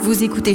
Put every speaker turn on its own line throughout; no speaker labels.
Vous écoutez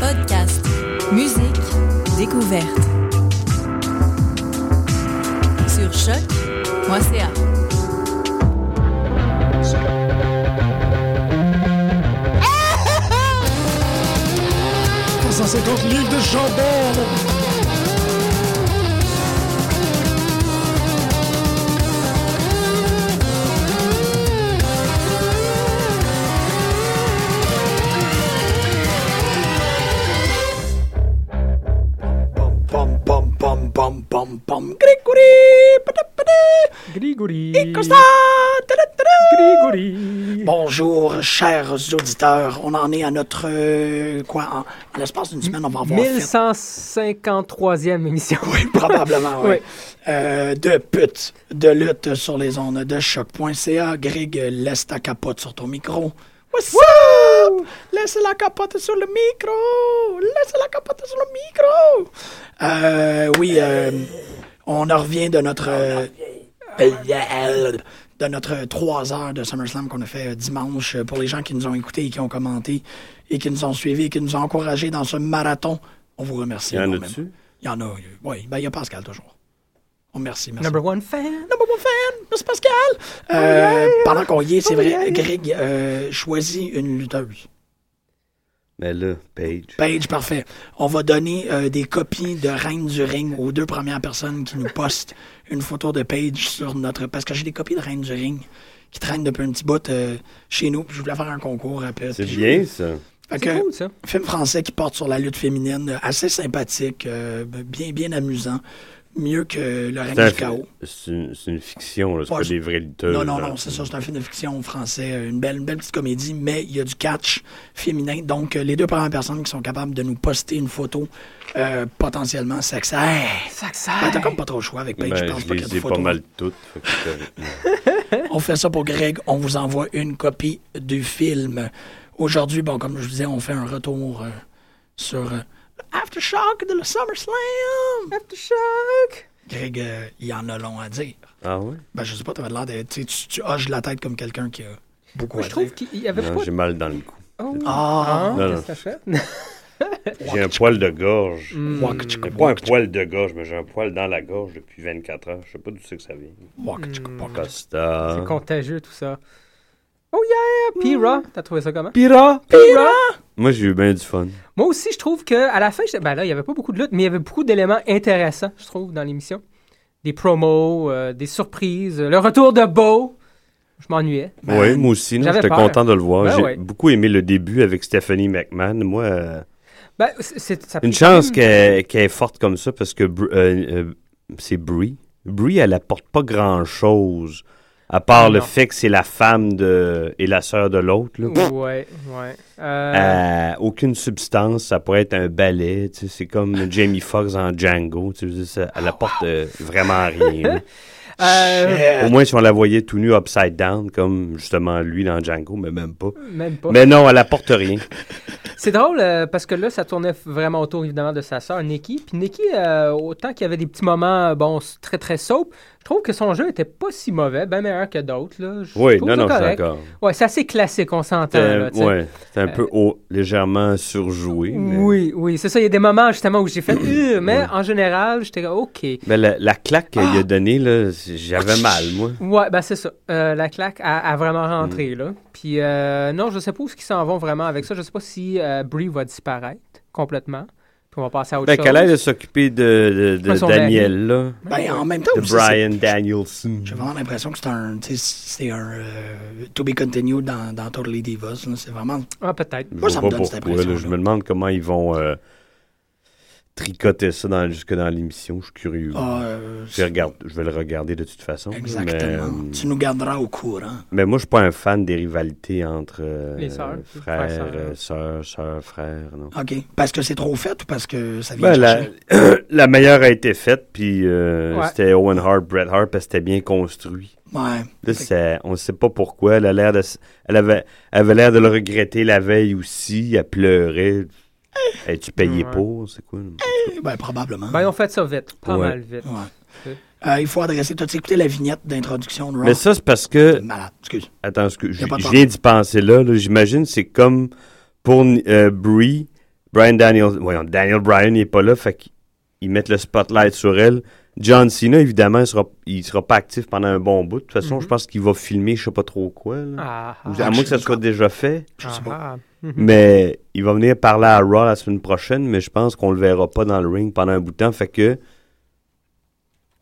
Podcast, musique, découverte. Sur choc.ca.
livres de chandelle. Pom, pom, pom, pom, pom, pom. Grigory, padapadi,
Grigori.
Costa, tadadada.
Grigori.
Bonjour, chers auditeurs. On en est à notre. euh, quoi en- À l'espace d'une semaine, on va avoir fait
1153e émission.
Oui, probablement, oui.
Oui.
Euh, de pute, de lutte sur les ondes de choc.ca. Greg, euh, laisse ta capote sur ton micro. What's up? Laisse la capote sur le micro! Laisse la capote sur le micro! Euh, oui, euh, on en revient de notre... euh, de notre 3 heures de SummerSlam qu'on a fait euh, dimanche euh, pour les gens qui nous ont écoutés et qui ont commenté et qui nous ont suivis et qui nous ont encouragés dans ce marathon. On vous remercie.
Il y en
énormément.
a-tu?
Il y en a, euh, oui. Ben, il y a Pascal toujours. On merci, merci.
Number Oh, one fan.
Number one fan, c'est Pascal. Euh, Pendant qu'on y est,
Oh,
c'est vrai, Greg euh, choisit une lutteuse.
Mais là, Paige.
Paige, parfait. On va donner euh, des copies de Reine du Ring aux deux premières personnes qui nous postent une photo de Paige sur notre. Parce que j'ai des copies de Reine du Ring qui traînent depuis un petit bout euh, chez nous. Puis je voulais faire un concours après.
C'est
Puis-
bien, ça.
Fait que-
C'est cool, ça.
film français qui porte sur la lutte féminine, euh, assez sympathique, euh, bien, bien amusant, mieux que Le
C'est un
règne du
fi-
chaos.
C'est une, c'est une fiction, là. C'est
Ouais,
pas
c'est-
des vrais lutteurs.
Non, non, non, c'est ça, c'est un film de fiction français, euh, une belle, une belle petite comédie, mais il y a du catch féminin. Donc, euh, les deux premières personnes qui sont capables de nous poster une photo, euh, potentiellement, c'est que ça. Hey! Ben, T'as comme pas trop le choix avec Paige, je pense
Ben, je
pas qu'il y a
les
de
ai pas
photo.
mal toutes. fait que c'est correct.
On fait ça pour Greg, on vous envoie une copie du film. Aujourd'hui, bon, comme je vous disais, on fait un retour euh, sur euh, Aftershock de le SummerSlam.
Aftershock.
Greg, euh, il y en a long à dire.
ah ouais?
Ben, je sais pas, t'avais l'air de. Tu, sais, tu, tu hoches la tête comme quelqu'un qui a beaucoup
Je
à
trouve
dire.
qu'il y avait
Non,
pas
j'ai
de...
mal dans le cou.
Oh.
Ah,
Ah,
Non,
qu'est-ce
non.
que ça fait?
J'ai un poil de gorge.
Mm.
Waka chicka,
J'ai pas un
waka
poil de gorge, mais j'ai un poil dans la gorge depuis 24 heures. Je sais pas d'où c'est que ça vient.
waka chicka, waka.
Costa.
Mm. C'est contagieux, tout ça. Oh yeah! Pira, t'as trouvé ça comment?
Pira!
Pira!
Moi, j'ai eu bien du fun.
Moi aussi, je trouve qu'à la fin, j'étais- ben là, il n'y avait pas beaucoup de lutte, mais il y avait beaucoup d'éléments intéressants, je trouve, dans l'émission. Des promos, euh, des surprises, euh, le retour de Beau. Je m'ennuyais.
Ben,
Oui, moi aussi. non,
J'avais
J'étais
peur.
content de le voir.
Ben
j'ai
ouais.
beaucoup aimé le début avec Stephanie McMahon. Moi, euh,
Ben, c'est- c'est- ça
une chance qu'elle qu'elle est forte comme ça parce que Br- euh, euh, c'est Brie. Brie, elle apporte pas grand-chose. À part le
Ah Non.
fait que c'est la femme de et la sœur de l'autre. là.
Ouais, ouais. Euh,
Euh, aucune substance, ça pourrait être un ballet. tu sais, C'est comme Jamie Foxx en Django. tu sais, ça- elle apporte euh, vraiment rien. là. Ah,
euh,
Au moins, si on la voyait tout nu, upside down, comme justement lui dans Django, mais même pas.
même pas.
Mais non, elle apporte rien.
C'est drôle euh, parce que là, ça tournait f- vraiment autour évidemment de sa sœur Nikki. Puis Nikki, euh, autant qu'il y avait des petits moments, euh, bon, s- très très soap, je trouve que son jeu était pas si mauvais, bien meilleur que d'autres. là. Je
Oui,
trouve
non,
ça
non, je suis
correct.
d'accord.
Ouais, c'est assez classique, on s'entend.
Euh,
là, tu sais. Euh.
ouais, c'est un peu haut, légèrement surjoué. mais-
Oui, oui, c'est ça. Il y a des moments justement où j'ai fait, Euh, mais en général, j'étais comme, OK.
Mais Ben, la, la claque qu'il a donnée, là, j'avais mal, moi.
Ouais, ben c'est ça. Euh, la claque a, a vraiment rentré,
Mm.
là. Puis euh, non, je sais pas où ils s'en vont vraiment avec ça. Je sais pas si euh, Brie va disparaître complètement. Puis on va passer à autre
Ben,
chose.
qu'elle aide de s'occuper de, de- de
Ouais, son
Daniel, là.
Ben, en même temps,
De
aussi, c'est-
Brian Danielson.
j'ai vraiment l'impression que c'est un. tu sais, C'est un. euh, to be continued dans, dans Totally Divas. là. C'est vraiment.
Ah, peut-être.
Moi,
Je vois
ça
pas
me donne cette
pourquoi, là.
impression-là.
Je me demande comment ils vont euh, tricoter ça dans- jusque dans l'émission. Je suis curieux.
Ah, euh,
je, regarde, je vais le regarder de toute façon. là,
exactement.
Mais, euh,
Tu nous garderas au courant.
mais moi, je suis pas un fan des rivalités entre euh,
Les sœurs,
frères,
frères, sœurs.
euh, sœurs, sœurs, frères. Non.
OK. Parce que c'est trop fait ou parce que ça vient
Ben,
de
la,
chercher?
la meilleure a été faite, puis euh,
Ouais.
c'était Owen Hart, Bret Hart, parce que c'était bien construit.
Ouais.
Là, ça- on ne sait pas pourquoi. Elle, a l'air de s- elle avait elle avait l'air de le regretter la veille aussi. Elle pleurait. Es-tu payé
Ouais.
pour? C'est quoi? là?
Eh, Ben, probablement.
Ben, ils ont fait ça vite. Pas
Ouais.
mal vite.
Ouais. Euh, il faut adresser. T'as-tu écouté la vignette d'introduction de Raw?
Mais ça, c'est parce que.
Malade, excuse.
Attends, ce que je
a pas de
je
problème.
viens d'y penser là. là. J'imagine c'est comme pour euh, Brie, Brian Daniels. Voyons, Daniel Bryan n'est pas là, fait qu'ils mettent le spotlight sur elle. John Cena, évidemment, il sera, il sera pas actif pendant un bon bout. De toute
Mm-hmm.
façon, je pense qu'il va filmer je sais pas trop quoi. là.
Ah, ah,
Ou à moins que ça soit déjà fait.
Je sais pas.
ah.
Mais il va venir parler à Raw la semaine prochaine, mais je pense qu'on le verra pas dans le ring pendant un bout de temps. Fait que.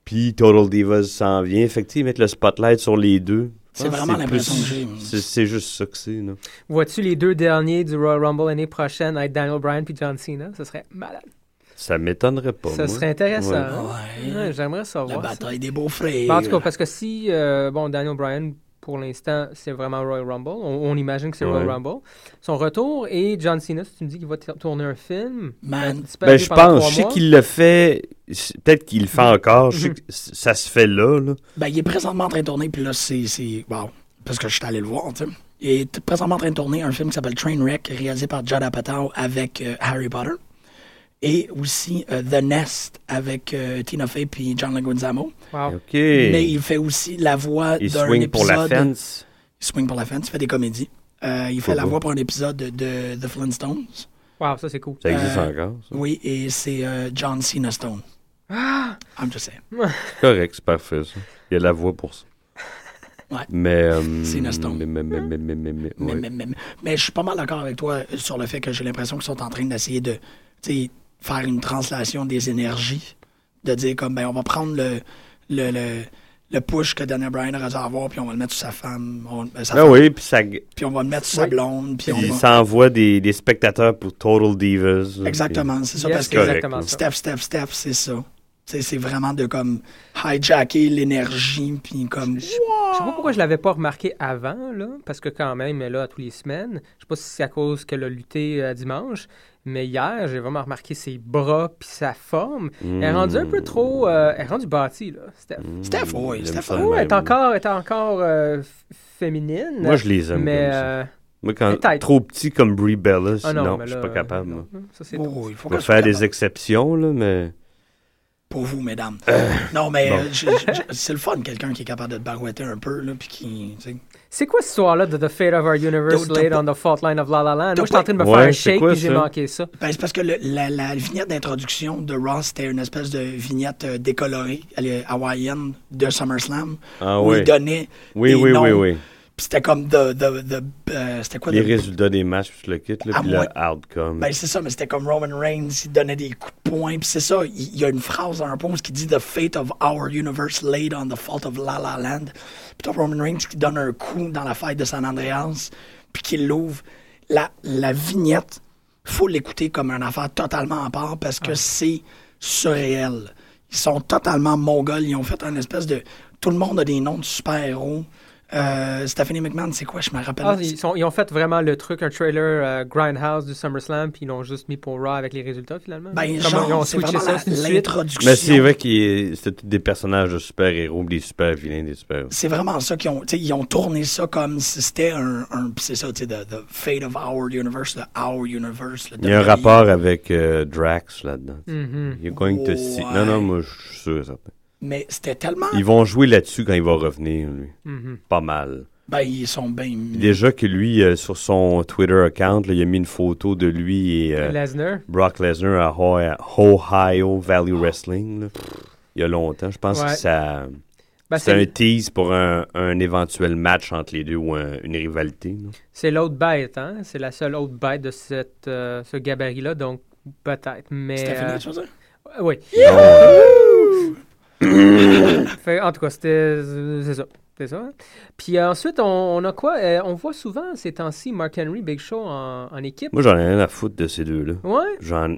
Puis Total Divas s'en vient. Fait que, tu sais, ils mettent le spotlight sur les deux.
Ah, C'est
Je pense
vraiment
c'est
l'impression
plus-
que j'ai.
c'est- C'est juste ça que c'est. là.
Vois-tu les deux derniers du Royal Rumble l'année prochaine avec Daniel Bryan puis John Cena? Ce serait malade.
Ça m'étonnerait pas.
ça
moi.
serait intéressant.
Ouais.
hein?
Ouais.
Ouais, J'aimerais
La
savoir. ça.
bataille des beaux-frères.
Ben, en tout cas, parce que si, euh, bon, Daniel Bryan, pour l'instant, c'est vraiment Royal Rumble. On, on imagine que c'est Royal
Ouais.
Rumble. Son retour et John Cena, si tu me dis qu'il va t- tourner un film.
Man.
Ben, je pense. Je sais qu'il le fait. c'est- Peut-être qu'il le fait
Mhm.
encore. Je sais que c- ça se fait là. là.
Ben, il est présentement en train de tourner, puis là, c'est. c'est- Wow. Parce que je suis allé le voir, tu sais. Il est présentement en train de tourner un film qui s'appelle Trainwreck, réalisé par Judd Apatow avec euh, Harry Potter. Et aussi euh, The Nest avec euh, Tina Fey puis John Leguizamo.
Wow.
Ah.
OK.
Mais il fait aussi la voix
il
d'un
swing
épisode.
pour la fence. Oh,
Il swing pour la fence, il fait des comédies. Euh, il fait
Faut
la
pas.
voix pour un épisode de The Flintstones.
Wow, ça c'est cool.
Ça existe
Euh,
encore. ça.
Oui, et c'est euh, John Cena Stone. I'm just saying.
C'est correct, c'est parfait. Ça. Il y a la voix pour ça.
Ouais.
Mais. euh,
C'est Noston.
Mais, mais, mais, mais, mais, mais, mais,
Mais,
ouais.
mais, mais- mais je suis pas mal d'accord avec toi euh, sur le fait que j'ai l'impression qu'ils sont en train d'essayer de tu sais, faire une translation des énergies. De dire comme, ben, on va prendre le, le, le, le push que Daniel Bryan aurait dû avoir, puis on va le mettre sur sa femme, on- euh, sa
Ah
femme,
oui, puis ça. g-
puis on va le mettre sur sa
Oui.
blonde, puis on
Il
va-
s'envoie des, des spectateurs pour Total Divas. là,
Exactement, c'est ça,
Yes,
parce
c'est
que
exactement ça.
step, step, step, c'est ça. Tu sais, c'est vraiment de comme hijacker l'énergie, puis comme...
Je sais pas pourquoi je l'avais pas remarqué avant, là, parce que quand même, là, à tous les semaines, je sais pas si c'est à cause qu'elle a lutté euh, dimanche, mais hier, j'ai vraiment remarqué ses bras puis sa forme. Elle est rendue un peu trop... euh, elle est rendue bâtie, là, Steph.
Steph, oui,
Mm. j'aime
Steph,
ça de
oui,
Ouais, elle est
même.
encore, elle est encore euh, f- féminine.
Ben Moi, je les aime
Mais...
comme ça.
euh,
Moi, quand
Peut-être.
trop petit comme Brie Bella,
ah
non,
mais
je suis
là,
pas capable.
non,
moi.
non, ça, c'est
Oh,
trop.
il faut
On
que
va
je
faire
sois
des
capable.
exceptions, là, mais.
Pour vous, mesdames. non, mais euh, je- je- c'est le fun, quelqu'un qui est capable de te barouetter un peu, là, puis qui... tu sais.
C'est quoi cette histoire-là de The Fate of Our Universe
T'as- t'as
laid
pas-
on the fault line of La La Land? Moi, je suis en train de me
Ouais,
faire
c'est
un shake
quoi,
et j'ai
ça?
manqué ça.
Ben, c'est parce que le- la, la vignette d'introduction de Ross, c'était une espèce de vignette euh, décolorée, elle est hawaïenne, de SummerSlam,
Ah
où
oui.
il donnait
Oui,
des
oui,
noms.
oui, oui.
Puis c'était comme the... the, the euh, c'était quoi?
Les
the-
résultats des matchs, puis tout le kit, là,
Ah,
puis
ouais.
le outcome.
Ben, c'est ça, mais c'était comme Roman Reigns, il donnait des coups de poing, puis c'est ça, il il y a une phrase dans un poème qui dit The fate of our universe laid on the fault of La La Land. Puis t'as Roman Reigns qui donne un coup dans la fête de San Andreas, puis qui l'ouvre. La, la vignette, faut l'écouter comme une affaire totalement à part parce que c'est surréel. Ils sont totalement mongols, ils ont fait un espèce de. Tout le monde a des noms de super-héros. Euh, Stephanie McMahon, c'est quoi Je me rappelle.
Ah, ils, sont- ils ont fait vraiment le truc, un trailer euh, Grindhouse du SummerSlam, puis ils l'ont juste mis pour Raw avec les résultats finalement.
ben,
Comme ils ont
genre, c'est
switché
vraiment
ça tout de
la-
suite.
l'introduction.
mais c'est vrai que c'était tous des personnages de super-héros, des super-vilains, des super-héros.
c'est vraiment ça qu'ils ont, tu sais, ils ont tourné ça comme si c'était un, un pis c'est ça, tu sais, the, the fate of our universe, the our universe. le
Il y a un
WWE.
rapport avec euh, Drax là-dedans.
Mhm.
You're going to see. Non, non, moi, je suis sûr et certain.
Mais c'était tellement,
Ils vont jouer là-dessus quand il va revenir, lui.
mm-hmm.
Pas mal.
ben ils sont bien,
Déjà que lui, euh, sur son Twitter account, là, il a mis une photo de lui et euh,
Lesnar.
Brock Lesnar à Ho- à Ohio Valley Wrestling. là. Il y a longtemps. Je pense
Ouais.
que ça.
Ben,
c'est un
c'est
tease pour un, un éventuel match entre les deux ou un- une rivalité. là.
c'est l'autre bête, hein? C'est la seule autre bête de cette, euh, ce gabarit-là, donc peut-être. Mais.
c'était
euh,
fini, tu veux dire?
euh, oui. Fait- en tout cas, c'était. euh, C'est ça. C'est ça. hein. Puis euh, ensuite, on, on a quoi? Euh, on voit souvent ces temps-ci Mark Henry, Big Show en, en équipe.
Moi, j'en ai rien à foutre de ces deux-là.
Ouais.
J'en.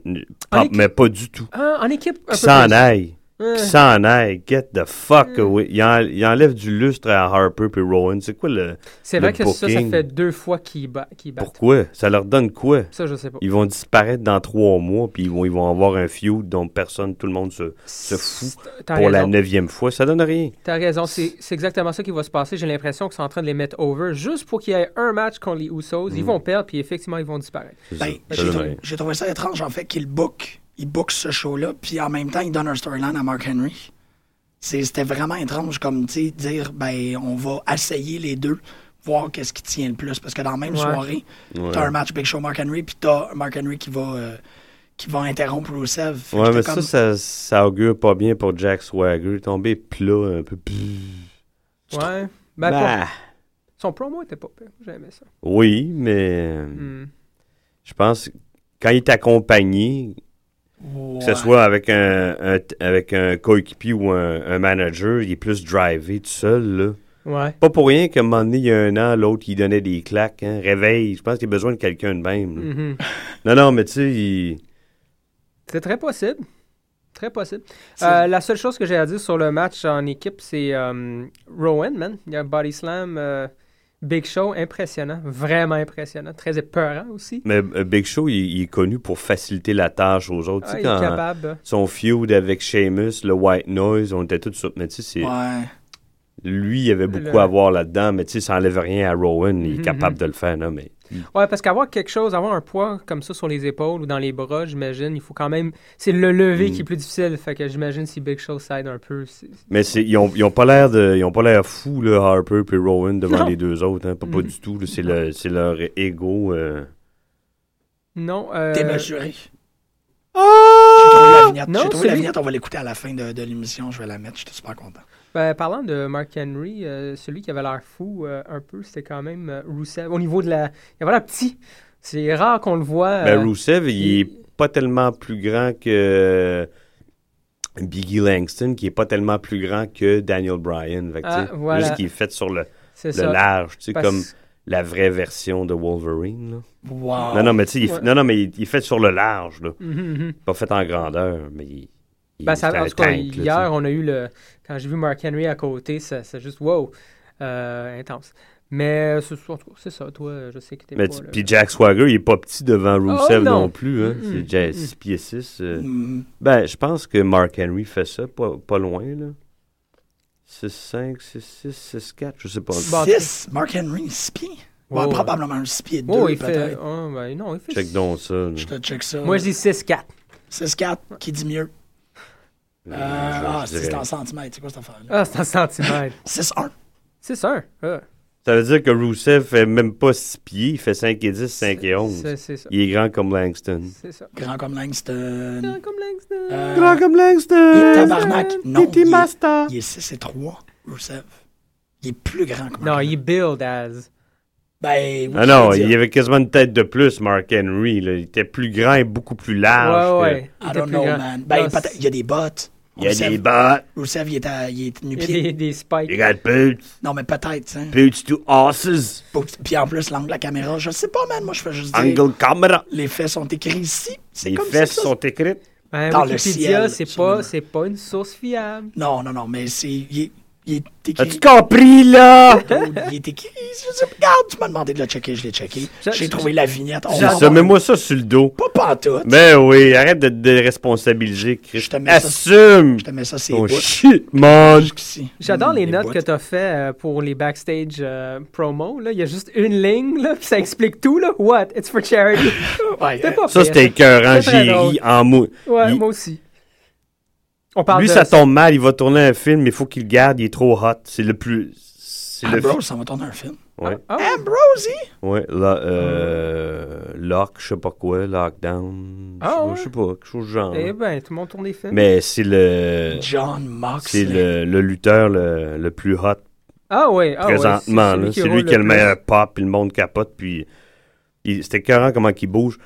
pas-
équipe.
mais pas du tout.
Ah, Euh. en équipe. un
Qui
peu
s'en
plus.
aille.
Ouais.
Qui s'en aille. Get the fuck away. Il, en- il enlève du lustre à Harper puis Rowan. C'est quoi le.
C'est
le
vrai que ça, ça
booking.
fait deux fois qu'ils ba- qu'ils battent.
Pourquoi Ça leur donne quoi
Ça, je sais pas.
Ils vont disparaître dans trois mois, puis ils vont, ils vont avoir un feud dont personne, tout le monde se, se fout
T'as
pour la
raison.
neuvième fois. Ça donne rien.
T'as raison, c'est c'est exactement ça qui va se passer. J'ai l'impression qu'ils sont en train de les mettre over juste pour qu'il y ait un match contre les Usos.
Mm.
Ils vont perdre, puis effectivement, ils vont disparaître.
C'est
Ben,
ça, ça
j'ai
donne
trouvé,
rien.
j'ai trouvé ça étrange en fait qu'il book, il book ce show-là, puis en même temps il donne un storyline à Mark Henry. C'est- C'était vraiment étrange comme, tu sais, dire, ben, on va essayer les deux, voir qu'est-ce qui tient le plus. Parce que dans la même
Ouais.
soirée,
Ouais.
t'as un match Big Show Mark Henry, puis t'as Mark Henry qui va, euh, qui va interrompre Rusev. Fait que
Ouais,
j'étais
mais
comme-
ça, ça, ça augure pas bien pour Jack Swagger. Tomber plat un peu.
Ouais. Ben, pour-
Bah,
Son promo était pas pire. J'aimais ça.
oui, mais
Hmm.
je pense que quand il est accompagné,
Ouais.
que ce soit avec un, un- avec un coéquipier ou un, un manager, il est plus drivé tout seul. Là.
Ouais.
Pas pour rien qu'à un moment donné, il y a un an, l'autre, il donnait des claques. hein. Réveil, je pense qu'il a besoin de quelqu'un de même. là.
Mhm.
Non, non, mais tu sais, il...
C'est très possible. Très possible.
C'est-
Euh, la seule chose que j'ai à dire sur le match en équipe, c'est euh, Rowan, man. Il y a un body slam, euh, Big Show, impressionnant. Vraiment impressionnant. Très épeurant aussi.
mais euh, Big Show, il, il est connu pour faciliter la tâche aux autres. Tu sais,
Ah, il est
quand- hein?
capable.
son feud avec Sheamus, le White Noise, on était tous sur. Mais tu sais, c'est-
Ouais.
lui, il avait beaucoup
Le-
à voir là-dedans, mais tu sais, ça enlève rien à Rowan, il est
Mhm.
capable de le faire, là, mais.
Ouais, parce qu'avoir quelque chose, avoir un poids comme ça sur les épaules ou dans les bras, j'imagine, il faut quand même. C'est le lever
Mm.
qui est plus difficile. Fait que j'imagine si Big Show s'aide un peu. c'est-
Mais c'est- ils ont, ils ont pas l'air de, ils ont pas l'air fous, là, Harper puis Rowan devant
Non.
les deux autres, hein, pas, pas
Mhm.
du tout, là, c'est le- c'est leur ego. euh.
Non. euh, Oh!
Démesuré. J'ai trouvé la vignette.
Non,
J'ai trouvé la
celui-
vignette. On va l'écouter à la fin de, de l'émission. Je vais la mettre. Je suis super content.
ben, parlant de Mark Henry, euh, celui qui avait l'air fou euh, un peu, c'était quand même euh, Rusev. Au niveau de la. Il avait l'air petit. C'est rare qu'on le voit.
Ben,
euh,
Rusev, il,
il-
est pas tellement plus grand que Biggie Langston, qui est pas tellement plus grand que Daniel Bryan. Fait que, tu sais,
Ah, voilà.
Juste qu'il est fait sur le,
c'est
le
ça.
large, tu sais,
Parce-
comme la vraie version de Wolverine. là.
Wow.
Non, non, mais tu sais, il,
Ouais.
non, non, mais il, il est fait sur le large, là.
Mhm, mhm.
Pas fait en grandeur, mais il, il-
Ben,
c'est
ça, en
un
tout cas,
tank, là,
hier, on a eu le. Quand j'ai vu Mark Henry à côté, ça- c'est juste wow, euh, intense. Mais euh, ce soir, en tout cas, c'est ça. Toi, je sais que
tu
t'es
sais. Mais
pas.
tu-
là.
puis Jack Swagger, il est pas petit devant Rusev
Oh, non.
non. plus, hein.
Mm-mm,
C'est déjà
mm-mm.
6 pieds 6.
Mm.
Ben, je pense que Mark Henry fait ça, pas, pas loin, là. 6, 5, 6, 6, 6, 4, je sais pas.
Bon,
Six. Mark Henry, 6 pieds. Ouais,
Wow.
probablement un 6 pieds 2,
Oh, il fait.
euh,
peut-être.
oh, ben, non, il fait.
Check donc ça. là.
Je te check ça.
Moi, je dis 6-4.
6-4, qui dit mieux?
Je-
Euh,
je
ah,
dirais-
c'est en centimètres. C'est quoi cette affaire-là?
Ah, c'est en centimètres.
6-1.
c'est ça. ah.
Ça veut dire que Rusev fait même pas 6 pieds, il fait 5 et 10, 5 et 11.
C'est c'est ça.
Il est grand comme Langston.
C'est ça.
Grand comme Langston.
Grand comme Langston.
Euh,
Grand comme
il
Langston!
est tabarnak. Non, il est,
master!
il est 6 et 3, Rusev. Il est plus grand que Mark
Non,
Henry.
il build as.
Ben, oui,
Ah
je
non,
veux
il
dire.
avait quasiment une tête de plus, Mark Henry. là. Il était plus grand et beaucoup plus large.
ouais,
que-
ouais.
I
était
don't
plus
know,
grand.
man. Ben,
Non,
peut-être- il y a des bottes.
Il y a
Rusev-
des bottes,
Rusev, il est, à- il est
il y a
nu-pied.
des, des spikes.
il y a des boots,
Non, mais peut-être, hein.
boots to asses,
Puis en plus, l'angle de la caméra, je sais pas, man. Moi, je fais juste dire.
angle camera.
Les faits sont écrits ici. C'est
Les
comme
fesses
ça. que ça-
sont écrites.
Ben,
dans le
Wikipédia,
ciel,
c'est
absolument.
pas, c'est pas une source fiable.
Non, non, non, mais c'est. Il est, il est écrit.
As-tu compris, là?
code, il est écrit. Je sais pas, regarde, tu m'as demandé de le checker, je l'ai checké.
Je-
J'ai
je-
trouvé la vignette. On
C'est
va
ça,
voir.
mets-moi ça sur le dos.
Pas pantoute.
Ben oui, arrête de te déresponsabiliser, Chris.
Je te mets ça-
Assume!
Je te mets ça, c'est
Oh
boîtes.
shit, man!
Jusqu'ici.
J'adore
Hmm,
les
Les
notes
boîtes.
que t'as fait euh, pour les backstage euh, promo. Là. Il y a juste une ligne, là, puis ça explique tout. Là. What? It's for charity.
Ouais,
C'était pas
Ça,
pire.
c'était écœurant,
C'est très
j'ai
drôle.
ri en mou.
Ouais,
Il-
moi aussi. On parle
Lui,
de...
ça tombe mal, il va tourner un film, mais il faut qu'il le garde, il est trop hot. C'est le plus. C'est le.
Ambrose, ça va tourner un film.
Ouais,
Ah, ouais.
Ambrose,
ouais, là, euh. Lock, je sais pas quoi, Lockdown. je sais
Ah
pas-
ouais?
Je sais pas, quelque chose de genre.
Eh ben, tout le monde tourne des films.
Mais c'est le.
Euh, John Moxley.
C'est le, le lutteur le, le plus hot
Ah ouais, ah ouais,
présentement. là.
c'est celui
C'est lui,
roule
qui a le
plus.
meilleur pop, puis le monde capote, puis il- c'était écœurant comment il bouge.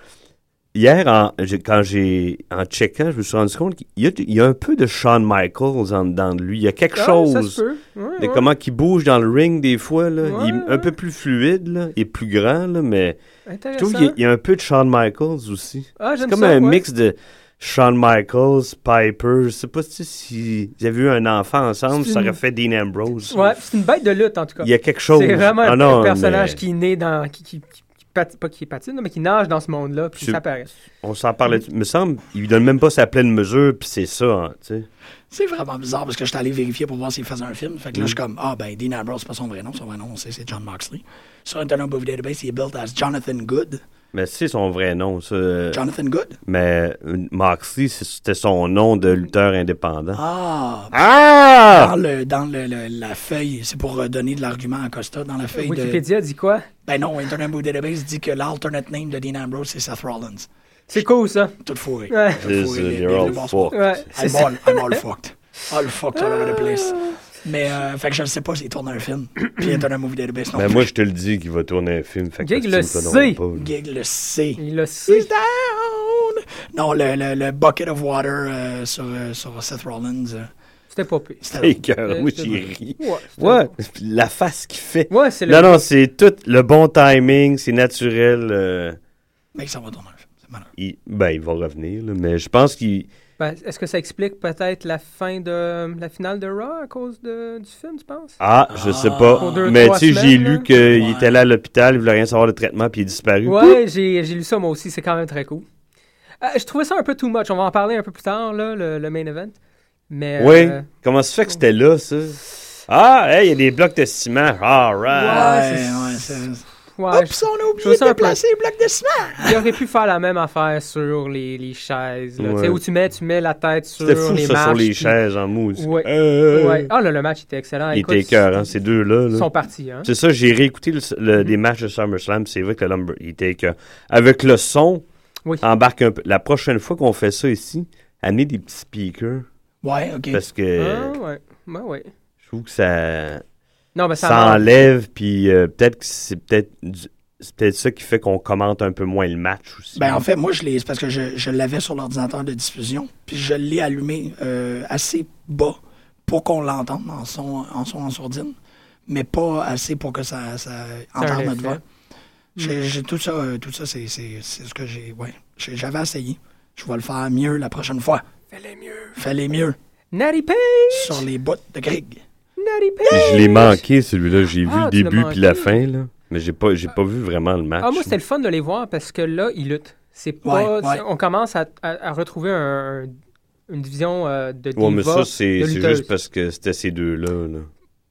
Hier, en, j'ai- quand j'ai en checkant, je me suis rendu compte qu'il y a, il y a un peu de Shawn Michaels en dedans de lui. Il y a quelque
Ah, ça se
chose
peut. Ouais,
de
ouais.
comment il bouge dans le ring des fois. Là. il est
Ouais,
un
ouais.
peu plus fluide, là. il est plus grand, là, mais je
Intéressant.
trouve qu'il y a- il y a un peu de Shawn Michaels aussi.
Ah,
C'est
j'aime
comme
ça,
un
ouais.
mix de Shawn Michaels, Piper. Je sais pas si s'ils avaient eu un enfant ensemble,
C'est
ça
une-
aurait fait Dean Ambrose.
Ouais, c'est une bête de lutte, en tout cas.
Il y a quelque chose.
C'est vraiment
Ah
un-
non,
un personnage
mais
qui naît dans... Qui, qui, qui- qui pat- pas qui patine, mais qui nage dans ce monde-là, puis
Tu-
ça paraît.
On s'en parlait. Il me semble, il lui donne même pas sa pleine mesure, puis c'est ça. hein, tu sais.
C'est vraiment bizarre parce que je suis allé vérifier pour voir s'il faisait un film. Fait que là, je suis
Mm.
comme, ah ben, Dean Ambrose, c'est pas son vrai nom. Son vrai nom, on sait, c'est John Moxley. Sur Internet Movie Database, il est built as Jonathan Good.
Mais c'est son vrai nom, ça. euh,
Jonathan Good?
Mais euh, Moxley, c'est- c'était son nom de lutteur indépendant.
Ah!
Ah!
Dans, le, dans le- le- la feuille, c'est pour euh, donner de l'argument à Costa, dans la feuille de...
Wikipédia dit quoi?
Ben non, Internet Movie Database dit que l'alternate name de Dean Ambrose, c'est Seth Rollins.
C'est cool, ça.
Tout fourré.
Ouais.
Tout fourré,
This is
les-
your
les-
old
le bon
fuck.
sport.
Ouais, c'est
I'm
ça.
all, I'm all fucked. All fucked all over the place. Mais, euh, fait que je ne sais pas s'il tourne un film. Puis Internet Movie Database non
Ben
plus.
moi, je te le dis qu'il va tourner un film. Fait que
Gig le
costume,
sait.
toi, non, pas.
Gig le sait.
Il le sait.
He's down! Non, le, le, le bucket of water euh, sur, euh, sur Seth Rollins, euh,
C'était pas pire.
c'était...
Hey, cœur, euh, moi,
c'était
j'ai
bon.
ri.
Ouais. c'était
Ouais.
bon.
Puis La face qu'il fait.
Ouais, c'est le.
Non, non, c'est tout le bon timing, c'est naturel. euh,
Mec, ça va tourner un film. C'est malheureux.
il- ben, il va revenir, là, mais je pense qu'il.
Ben, Est-ce que ça explique peut-être la fin de la finale de Raw à cause de- du film, tu penses?
Ah, je sais
Pour
pas.
deux,
mais
trois
tu sais, j'ai
semaines, là.
lu qu'il
Ouais.
était là à l'hôpital, il voulait rien savoir de traitement, puis il est disparu.
Ouais, j'ai j'ai lu ça moi aussi, c'est quand même très cool. Euh, je trouvais ça un peu too much, on va en parler un peu plus tard, là, le, le main event. Mais,
Oui.
euh,
Comment ça fait que c'était là, ça? Ah, hey, il y a des blocs de ciment. All right.
Ouais, ouais, c'est...
ouais,
Oups, on a oublié
trouve ça
de
un peu-
placer les blocs de ciment!
je- il aurait pu faire la même affaire sur les, les chaises. là.
Ouais.
Tu sais, Où tu mets, tu mets la tête sur
C'était fou,
les
ça,
marches.
sur les
puis-
chaises en mou.
Ouais.
Euh,
Ouais. Ah là, le match était excellent.
Il
Écoute,
était écœurant, ces deux-là.
Ils
là.
sont partis, hein?
C'est ça, j'ai réécouté le- le- les matchs de SummerSlam. C'est vrai que le Lumber, il était écœurant. Avec le son,
Oui.
embarque un peu. La prochaine fois qu'on fait ça ici, amenez des petits speakers.
Ouais, OK.
Parce que
Ah, ouais. Ouais, ouais.
je trouve que ça,
Non, mais ça,
ça
marche.
enlève. Puis euh, peut-être que c'est peut-être du- c'est peut-être ça qui fait qu'on commente un peu moins le match aussi.
Ben, en fait, moi, je l'ai. c'est parce que je, je l'avais sur l'ordinateur de diffusion, puis je l'ai allumé euh, assez bas pour qu'on l'entende en son, en son en sourdine, mais pas assez pour que ça, ça entende
effet.
notre voix. J'ai, j'ai- tout ça, euh, tout ça c'est, c'est, c'est ce que j'ai. Ouais, J'ai- j'avais essayé. Je vais le faire mieux la prochaine fois.
Fallait mieux.
Fallait mieux
Natty Page!
sur les bouts de Greg.
Natty
Puis
Page!
je l'ai manqué celui-là. J'ai vu
Ah, tu
le
l'as
début puis la
manqué.
fin. Là. Mais j'ai pas, j'ai pas vu vraiment le match.
Ah, moi, c'était le fun de les voir parce que là, ils luttent. C'est pas.
Ouais, ouais.
On commence à, à- à retrouver un- une division euh, de
Ouais, mais
divas,
ça, c'est
de
c'est
lutteuses.
juste parce que c'était ces deux-là. là.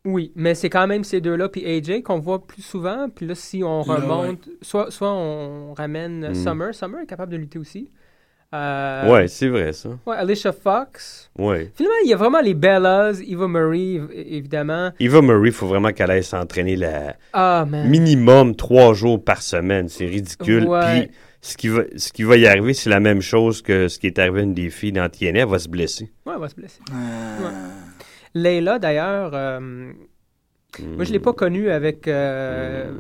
Oui, mais c'est quand même ces deux-là, puis AJ qu'on voit plus souvent. Puis là, si on
Là,
remonte, soit, soit on ramène
Mm.
Summer. Summer est capable de lutter aussi. Euh,
Ouais, c'est vrai, ça.
ouais, Alicia Fox.
Ouais.
Finalement, il y a vraiment les Bellas, Eva Marie, év- évidemment.
Eva Murray, il faut vraiment qu'elle aille s'entraîner la
Ah, man.
minimum trois jours par semaine. C'est ridicule.
Ouais.
Puis ce qui, va, ce qui va y arriver, c'est la même chose que ce qui est arrivé à une des filles dans TNA. Elle va se blesser.
Ouais, on va se blesser.
Euh,
Layla, d'ailleurs, euh, moi, je l'ai
Mm.
pas connue avec euh,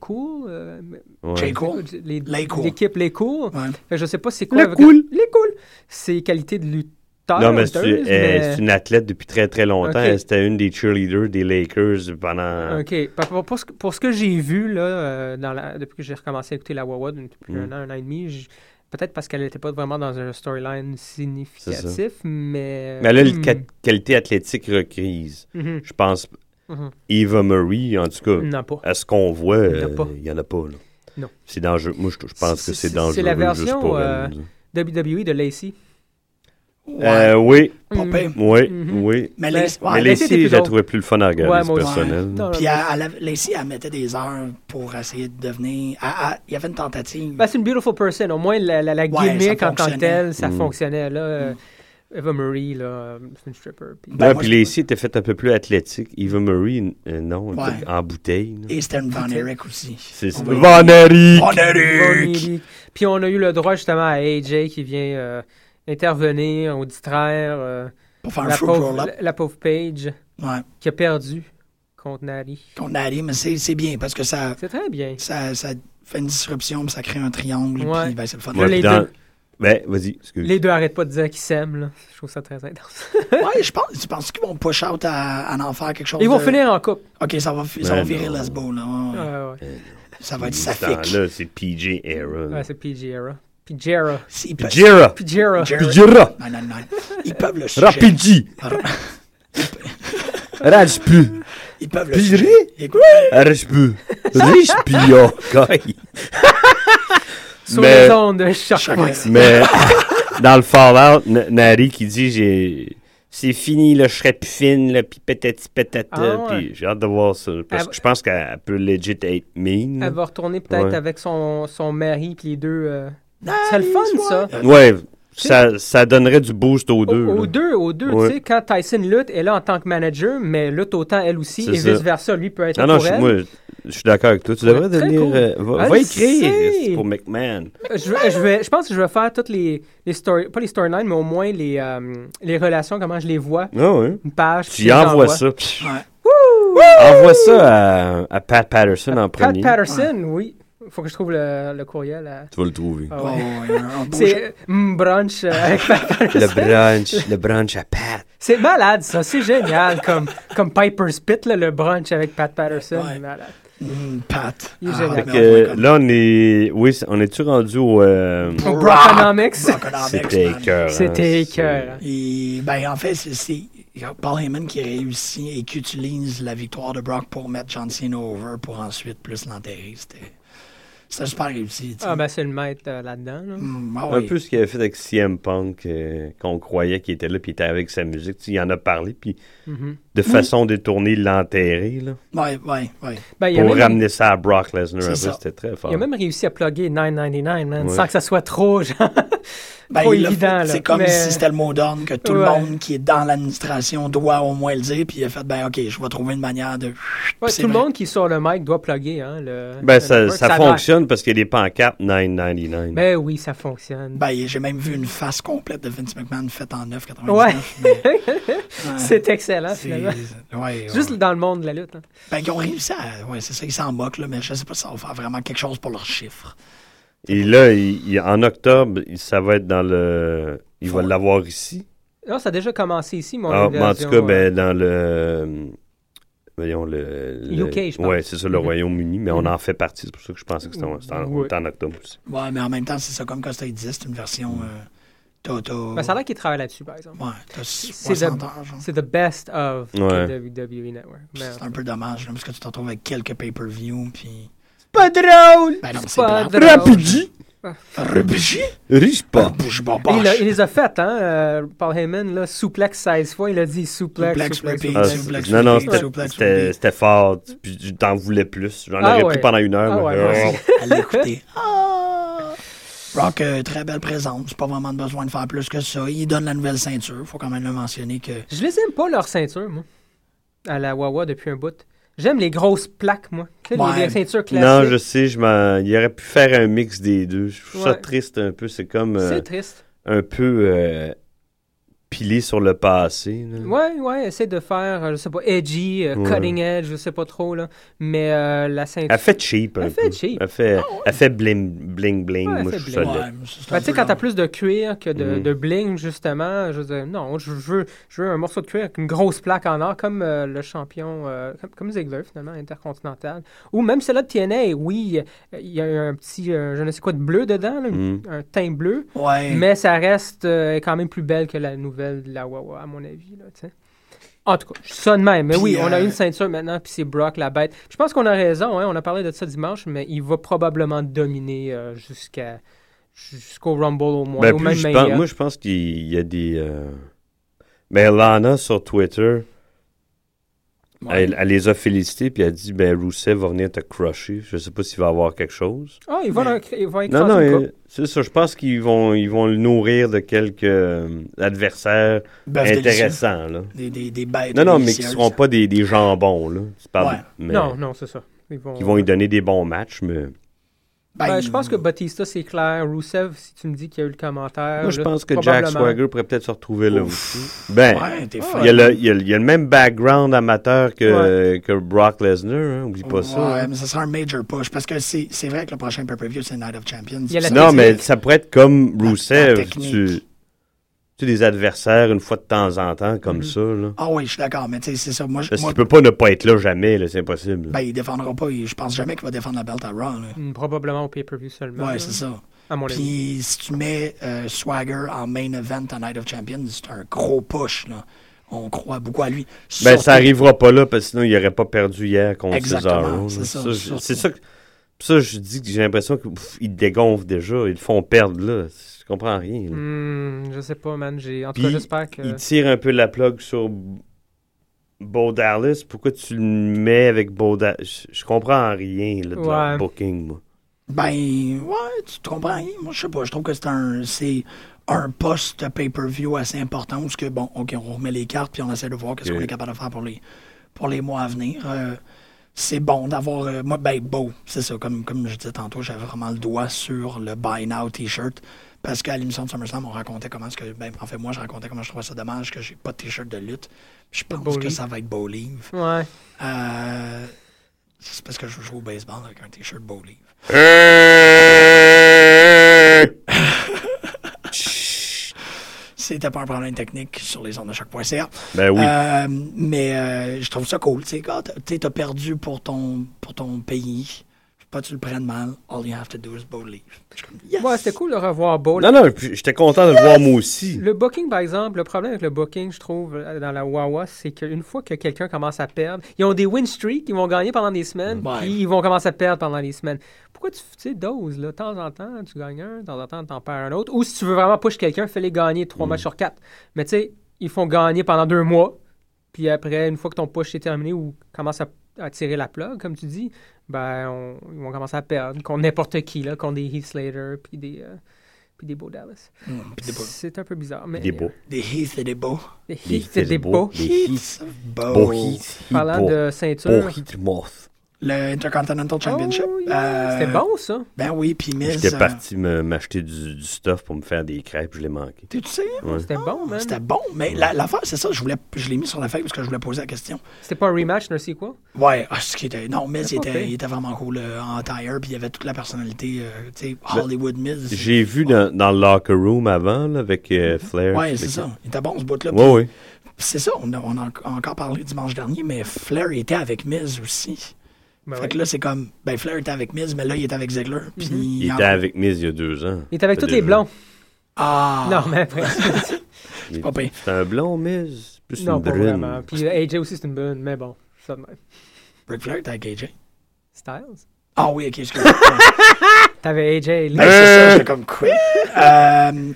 Cool. euh,
Ouais.
Jay Cole.
les-
Les Cool.
L'équipe Les Cool.
Ouais.
Fait que je sais pas c'est quoi.
Les
avec-
Cool.
Les Cool. C'est qualité de lutteur.
Non, mais c'est
lutteuse,
elle- c'est une athlète depuis très très longtemps.
Ok.
Elle, C'était une des cheerleaders des Lakers pendant.
OK. Par- Pour, pour ce, que- pour ce que j'ai vu, là, euh, dans la- depuis que j'ai recommencé à écouter la Wawa depuis
Mm.
un an, un an et demi, j- peut-être parce qu'elle n'était pas vraiment dans un storyline significatif, mais...
Mais elle a
Hmm.
les quat- qualités athlétiques requises.
Mhm.
Je pense.
Mhm.
Eva Murray, en tout cas,
Non, pas.
à ce qu'on voit,
Il y en a
euh,
pas.
il n'y en a pas. là.
Non.
C'est dangereux. Moi, je, je pense
C'est-
que c'est
c'est-
dangereux
c'est la
juste
version,
pour
euh,
elle.
WWE de Lacey.
Ouais,
Euh, oui,
pas
Mm.
pire.
oui,
Mhm.
oui.
Mais
Mais-
les- ouais,
mais
Lacey était
Lacey,
plus
je la
drôle.
trouvais plus le fun à regarder,
Ouais,
c'est
moi aussi.
personnel.
Non, non,
Puis
mais-
elle, elle, avait- Lacey, elle mettait des heures pour essayer de devenir. elle- elle- Il y avait une tentative.
Ben, c'est une beautiful person. Au moins, la, la, la
Ouais,
gimmick
ça
en tant que
fonctionnait. Hmm.
telle, ça
Mm.
fonctionnait. Là, euh, Eva Marie, là, euh, c'est une stripper. puis-
Ben,
Ouais,
moi,
puis
je-
Lacey était faite un peu plus athlétique. Eva Murray, euh, non,
Ouais.
était en bouteille.
Mm.
là.
Et c'était une Van Eric aussi.
C'est ça.
Oui.
Von Erich!
Von Eric!
Bonnie. Puis on a eu le droit justement à AJ qui vient euh, intervenir ou distraire euh,
Pour faire un
la,
fruit
pauvre,
roll-up.
la, la pauvre Paige
Ouais.
qui a perdu contre Nari.
Qu'on a allé, mais c'est c'est bien parce que ça,
C'est très bien.
ça, ça fait une disruption, puis ça crée un triangle,
Ouais.
puis ben, c'est le fun.
Ouais,
les
puis dans-
deux.
Ben, vas-y, excuse.
Les deux arrêtent pas de dire qu'ils s'aiment. là. Je trouve ça très intense.
ouais, je pense. Tu penses qu'ils vont push out à, à en faire quelque chose?
Ils vont
de-
finir en couple.
Ok, ça va, fi- ça va
Ben
virer
non.
lesbo, là. ouais, ouais.
Ouais, ouais.
Ça va être
Dans ce
saphique.
temps-là, c'est PJ Era. là.
Ouais, c'est Pijera. Pijera.
S'ils peuvent-
Pijera!
Pijera.
Jared-
Pijera!
Non, non, non. Ils peuvent le sujet.
Rapidji! Rage plus!
Ils peuvent le
Pijera?
sujet. Écoute,
Rage plus! Riche pillon!
Sur
Mais-
les ondes de choc.
chacun-
Mais dans le Fallout, N- Nari qui dit j'ai c'est fini, là, je serais plus fine, là, puis patati patata.
Ah ouais.
Puis j'ai hâte de voir ça. Parce
Elle va-
que je pense qu'elle peut legit être mean. là.
Elle va retourner peut-être
Ouais.
avec son, son mari puis les deux. euh, C'est le fun, ça.
Ouais, ça, ça donnerait du boost aux
Au-
deux.
Aux
là.
deux, aux deux.
Ouais.
Tu sais, quand Tyson lutte, elle est là en tant que manager, mais lutte autant elle aussi,
C'est
et
ça.
vice-versa. Lui peut être là
Ah non,
pour
je,
elle.
moi, je- je suis d'accord avec toi. Tu devrais
Ouais, très
devenir.
cool.
euh, va,
Ah,
va
je
écrire euh,
sais.
c'est pour McMahon.
Euh, Je, vais- je vais, je pense que je vais faire toutes les, les story, pas les storylines, mais au moins les, euh, les relations, comment je les vois.
Ah ouais.
Une page. puis
Tu
je
y
les
envoies
envoie.
ça.
Ouais.
Envoie ça à, à Pat Patterson en
Pat
premier.
Patterson, oui. Faut que je trouve le, le courriel. à-
Tu vas le trouver.
Ah
Oh,
ouais.
ouais, un beau jeu.
C'est mm, brunch euh, avec Pat
Le
Patterson.
brunch, le brunch à Pat.
C'est malade, ça. C'est génial. comme, comme Piper's Pit, là, le brunch avec Pat Patterson.
Ouais.
Malade.
Mm, Pat.
Il est génial.
mais
Fait
on
que,
voit comme- Ah,
là, on est. Oui, c'est- on est-tu rendu au. euh,
Au Brockonomics.
Broconomics,
C'était
man.
écœurant.
C'était
Ah, C'est-
écœurant.
Et, ben, en fait, c'est- c'est Paul Heyman qui réussit et qui utilise la victoire de Brock pour mettre John Cena over pour ensuite plus l'enterrer. C'était c'était super réussi. tu sais.
Ah, ben, c'est le maître euh, là-dedans. là.
Mm, ah
Un
oui.
peu ce qu'il avait fait avec CM Punk, euh, qu'on croyait qu'il était là, puis il était avec sa musique. Tu sais, il en a parlé, puis
Mhm.
de façon détournée, il l'a enterré, là,
Ouais, ouais, ouais.
Ben, il, a
pour
même,
ramener ça à Brock Lesnar.
C'est
après,
ça.
C'était très fort.
il a même réussi à plugger 999, man,
Ouais.
sans que ça soit trop, genre.
Ben,
Trop
il l'a
évident,
fait.
là.
C'est comme
Mais-
si c'était le mot d'ordre que tout le
Ouais.
monde qui est dans l'administration doit au moins le dire. Puis il a fait, ben, OK, je vais trouver une manière de.
Ouais,
C'est
tout le
vrai.
monde qui est sur le mic doit plugger. Hein, le,
Ben,
le
ça,
network.
ça
a l'air-
fonctionne parce qu'il y a des pancartes 999.
Ben oui, ça fonctionne.
Ben, j'ai même vu une face complète de Vince McMahon faite en 9,99.
Ouais.
mais- Ouais.
c'est excellent,
C'est-
finalement.
ouais,
Juste
ouais.
dans le monde de la lutte. hein.
Ben, ils ont réussi à. Ouais, c'est ça, ils s'en moquent, là, mais je sais pas si ça va faire vraiment quelque chose pour leurs chiffres.
Et là, il- il- en octobre, il- ça va être dans le. Il va
Fond.
l'avoir ici.
Non, ça a déjà commencé ici, mon
Ah, mais en tout
version,
cas,
euh,
ben, dans le. Voyons, le. le-
UK, je pense.
Ouais, c'est ça, le
Mhm.
Royaume-Uni, mais on
Mhm.
en fait partie. C'est pour ça que je pensais que c'était en, c'était en-
Ouais.
c'était en octobre aussi.
Ouais, mais en même temps, c'est ça, comme quand ça existe, une version. Euh, t'as- t'as-
Mm. ben, ça a l'air qu'il travaille là-dessus, par exemple.
Ouais, t'as
C'est
60
de-
heures, genre.
C'est the best of
Ouais.
the WWE Network. Mais-
C'est un peu dommage, là, parce que tu te retrouves avec quelques pay-per-view, puis.
Pas drôle!
Ben non, mais c'est
Pas
blanc.
drôle.
Rubigi?
Riche pas!
Bouge bon
Et il, a-
boche.
il les a faites, hein? euh, Paul Heyman, là, souplex 16 fois, il a dit souplex,
Souplex,
souplex,
repeat,
Ah,
souplex.
c'est-
souplex,
non, non,
repeat,
c'était-
souplex,
c'était
repeat.
c'était fort. tu- Puis tu- t'en voulais plus. J'en
Ah
aurais
ouais.
pris pendant une heure.
Ah
mais- oh.
ouais, moi aussi.
À l'écouter. Ah! Rock, euh, très belle présence. Pas vraiment de besoin de faire plus que ça. Il donne la nouvelle ceinture. Faut quand même le mentionner que.
Je les aime pas, leur ceinture, moi, à la Wawa depuis un bout. J'aime les grosses plaques, moi. Tu sais,
Ouais.
les, les ceintures
non,
classiques.
je sais, je m'en- il aurait pu faire un mix des deux. Je trouve ça
Ouais.
triste un peu. C'est comme euh,
C'est triste.
un peu euh, pilé sur le passé. là.
Ouais, ouais, essaie de faire, euh, je sais pas, edgy, euh,
Ouais.
cutting edge, je sais pas trop, là. Mais euh, la ceinture.
Elle fait cheap. un
Elle fait
peu.
cheap. Ah
Elle fait, elle fait bling bling. bling.
Ouais, elle
Moi,
fait
je trouve
bling.
ça laid.
mais ça, c'est un
Ben, tu sais,
peu
quand t'as
long.
plus de cuir que de,
Mm.
de bling, justement, je veux dire, non, je veux, je veux un morceau de cuir avec une grosse plaque en or, comme euh, le champion, euh, comme, comme Ziggler, finalement, intercontinental. Ou même celle-là de TNA, oui, euh, il y a un petit, euh, je ne sais quoi, de bleu dedans, là,
Mm.
un teint bleu,
Ouais.
mais ça reste euh, quand même plus belle que la nouvelle de la Wawa, à mon avis, là, tu sais. En tout cas, je suis ça de même. Mais
Puis,
oui, on a
euh,
une ceinture maintenant, puis c'est Brock la bête. Je pense qu'on a raison, hein, on a parlé de ça dimanche, mais il va probablement dominer euh, jusqu'à jusqu'au Rumble au moins,
Ben,
ou
plus
même
je
Mania.
pense- moi, je pense qu'il y a des. euh, Ben, Lana sur Twitter,
Ouais.
elle, elle les a félicités puis elle dit ben Rousseff va venir te crusher. Je sais pas s'il va avoir quelque chose.
Ah, il va,
Mais-
leur- il va écraser
Non, non,
une
euh,
coupe.
c'est ça. Je pense qu'ils vont, ils vont le nourrir de quelques euh, adversaires
Bœuf délicieux.
intéressants. Là.
Des, des, des bêtes.
Non, non, mais qui
délicieuses.
seront pas des, des jambons. Là. Tu parles,
Ouais.
mais
Non, non, c'est ça. Ils vont...
Qui vont lui donner des bons matchs, mais
Ben,
Ben, je pense que Batista, c'est clair. Rousseff, si tu me dis qu'il y a eu le commentaire.
moi je
Euh, là,
pense que Jack
probablement.
Swagger pourrait peut-être se retrouver là aussi. Ben,
Ouais, t'es
il, y a
folle.
le, il, y a, le- il y a le même background amateur que, que Brock Lesnar, hein, oublie pas ça.
Ouais,
hein.
mais ça sera un major push parce que c'est c'est vrai que le prochain pay-per-view, c'est Night of Champions.
Il y a la
Ça
Non,
veut
mais
dire-
ça pourrait être comme
La- la
Rousseff.
technique.
Tu, tu sais, des adversaires une fois de temps en temps, comme ça. Là.
Ah oui, je suis d'accord, mais tu sais, c'est ça. Moi, je-
Parce
moi
qu'il peut pas ne pas être là jamais, là, c'est impossible.
ben, il défendra pas. il- Je pense jamais qu'il va défendre la belt à Raw. là.
Mm, Probablement au pay-per-view seulement. là,
Ouais, c'est ça.
À mon avis.
Puis si tu mets euh, Swagger en main event à Night of Champions, c'est un gros push. Là. On croit beaucoup à lui.
Ben,
Surtout-
ça arrivera pas là, parce que sinon, il aurait pas perdu hier contre
Exactement,
Cesaro. là.
c'est ça,
je-
surtout.
C'est ça que- Puis ça, je dis que j'ai l'impression qu'ils dégonflent déjà. Ils le font perdre, là. Je comprends rien. là.
Hmm, je sais pas, man. J'ai... En tout
Puis,
cas, j'espère que.
Il tire un peu la plug sur B- Bo Dallas. Pourquoi tu le mets avec Bo Dallas? Je, je comprends rien là, de leur
Ouais.
booking, moi.
Ben, ouais, tu te comprends. rien. Moi, je sais pas. Je trouve que c'est un, c'est un poste pay-per-view assez important où ce que, bon, OK, on remet les cartes puis on essaie de voir qu'est-ce
Ok.
qu'on est capable de faire pour les, pour les mois à venir. Euh, c'est bon d'avoir. euh, moi, ben, beau. C'est ça. Comme, comme je disais tantôt, j'avais vraiment le doigt sur le Buy Now T-shirt. Parce qu'à l'émission de SummerSlam, on racontait comment est-ce que. Ben, en fait, moi, je racontais comment je trouvais ça dommage que j'ai pas de T-shirt de lutte. Je pense
Beau
que
livre.
ça va être beau livre.
Ouais.
Euh, c'est parce que je joue au baseball avec un T-shirt beau livre.
Euh.
C'était pas un problème technique sur les ondes de choc.ca.
Ben oui.
Euh, mais euh, je trouve ça cool. Tu sais, quand t- tu sais, t'as perdu pour ton, pour ton pays. Faut Pas que tu le prennes mal. All you have to do is believe. Je suis comme, yes!
Ouais, c'était cool de revoir Bowl.
non, non, puis j'étais content de le voir moi aussi.
Le booking, par exemple, le problème avec le booking, je trouve, euh, dans la Wawa, c'est qu'une fois que quelqu'un commence à perdre, ils ont des win streaks, ils vont gagner pendant des semaines,
Ouais.
puis ils vont commencer à perdre pendant les semaines. Pourquoi tu tu sais, dose, là, de temps en temps, tu gagnes un, de temps en temps, tu en perds un autre. Ou si tu veux vraiment push quelqu'un, fais-les gagner trois matchs sur quatre. Mais tu sais, ils font gagner pendant deux mois, puis après, une fois que ton push est terminé ou commence à, à tirer la plug, comme tu dis, ben, on- ils vont commencer à perdre contre n'importe qui, là, contre des Heath Slater, puis des, euh, puis des Bo Dallas.
Mm, pis des, beaux-
C'est un peu bizarre. Mais,
Il est beau.
des hits et des beaux.
Des
Des
hits et des beaux.
Des hits.
Beaux.
Beau hits.
Parlant
Beau-
de
beau
ceinture.
hits, moth.
Le Intercontinental Championship.
Oh, yeah.
euh,
C'était bon, ça.
Ben oui, puis Miz.
J'étais
euh,
parti me- m'acheter du, du stuff pour me faire des crêpes, je l'ai manqué.
T'es-tu sérieux?
Ouais.
C'était bon, man.
Ah, C'était bon, mais la- l'affaire, c'est ça. Je, voulais, je l'ai mis sur la feuille parce que je voulais poser la question.
C'était pas un rematch, mais c'est quoi?
Ouais, ah, ce qui était. Non, Miz,
C'est
il
pas
était,
pire.
il était vraiment cool euh, en tire, puis il avait toute la personnalité, euh, tu sais, Hollywood Miz. c'est-
J'ai vu dans, dans le locker room avant, là, avec euh, Flair.
Ouais, c'est ça. Il était bon, ce bout-là.
Ouais, ouais.
Puis C'est ça, on a, on a en- encore parlé dimanche dernier, mais Flair était avec Miz aussi.
Ben
fait
ouais.
que là, c'est comme, ben Flair était avec Miz, mais là, il était avec Ziggler. Puis
Il était avec Miz il y a deux ans.
Il était avec
Ça
tous les
déjà.
blonds.
Ah!
Non, mais après.
Il est-
pas pire.
C'est un blond, Miz. Plus
non,
une
pas
brune.
vraiment. Puis euh, AJ aussi, c'est une bonne, mais bon. Ça de même.
Ric Flair était avec AJ.
Styles.
Ah oui, ok, excuse ben,
T'avais AJ. là.
Ben,
C'est ça, j'étais comme, quoi? Euh,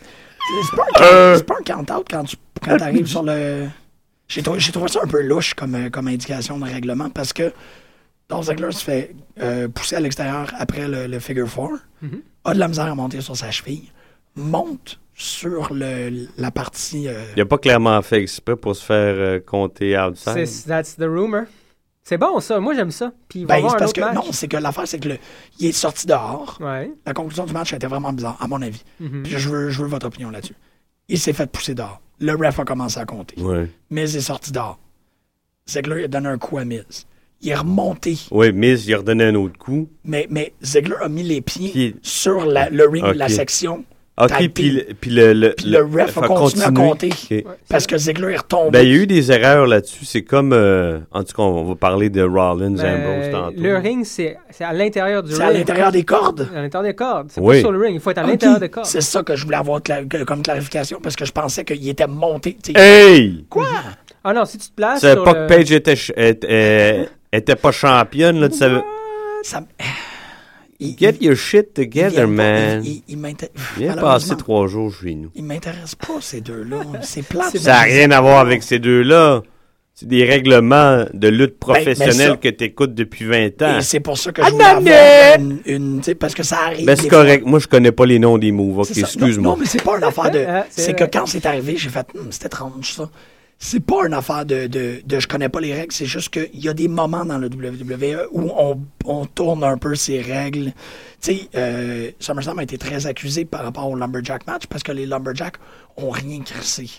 c'est pas un count- c'est pas un count-out quand tu quand arrives sur le. J'ai trouvé, j'ai trouvé ça un peu louche comme, euh, comme indication de règlement parce que Dolph Ziggler se fait euh, pousser à l'extérieur après le, le figure four.
Mhm.
a de la misère à monter sur sa cheville, monte sur le, la partie. euh,
Il a pas clairement fait exprès pour se faire euh, compter outside.
C'est- That's the rumor. C'est bon, ça. Moi, j'aime ça. Puis il
ben,
va y avoir
c'est
un
parce
autre
que
match.
non, c'est que l'affaire, c'est que le, il est sorti dehors.
Ouais.
La conclusion du match était vraiment bizarre, à mon avis.
Mhm.
Puis je veux, je veux votre opinion là-dessus. Il s'est fait pousser dehors. Le ref a commencé à compter.
Ouais.
mais il est sorti dehors. Ziggler il a donné un coup à Miz. Il est remonté,
Ouais, Miz, il a redonné un autre coup.
mais, mais Ziggler a mis les pieds
Pied.
sur la- le ring,
Ok.
la section,
OK,
Tag
puis
team.
le, puis le, le,
Puis le ref a continué à
continuer.
compter.
OK.
parce que Ziggler est retombé.
Ben, il y a eu des erreurs là-dessus. C'est comme. euh, en tout cas, on va parler de Rollins,
Ben,
Ambrose tantôt.
le ring, c'est c'est à l'intérieur du
C'est
ring.
à l'intérieur des cordes.
À l'intérieur des cordes. C'est
Oui.
pas sur le ring. Il faut être à
Ok.
l'intérieur des cordes.
C'est ça que je voulais avoir cla- que- comme clarification parce que je pensais qu'il était monté. tu sais.
Euh. Hey!
Quoi?
Ah non, si tu te places.
Tu savais
sur
pas que
le-
Paige était, ch- était, euh, était pas championne, là, tu savais.
Ça m- il,
Get your shit
il- il vient
together,
pas-
man.
Il, il m'inté-
Viens
Malheureusement,
passer trois jours chez nous.
Il m'intéresse pas, ces deux-là. C'est plat.
C'est
Ça n'a rien à voir avec ces deux-là. C'est des règlements de lutte professionnelle
Ben, ça-
que t'écoutes depuis 20 ans.
Et c'est pour ça que je voulais
Ah, non,
avoir une, une- tu sais, parce que ça arrive.
Ben, c'est
des fois.
correct. Moi, je connais pas les noms des moves.
C'est
Ok,
ça. Non,
excuse-moi.
Non, mais c'est pas une affaire de.
Ah, c'est
c'est que
vrai.
quand c'est arrivé, j'ai fait, Hum, c'est étrange ça. C'est pas une affaire de, de, de je connais pas les règles, c'est juste qu'il y a des moments dans le WWE où on, on tourne un peu ces règles. Tu sais, euh, SummerSlam a été très accusé par rapport au Lumberjack match parce que les Lumberjacks ont rien crissé.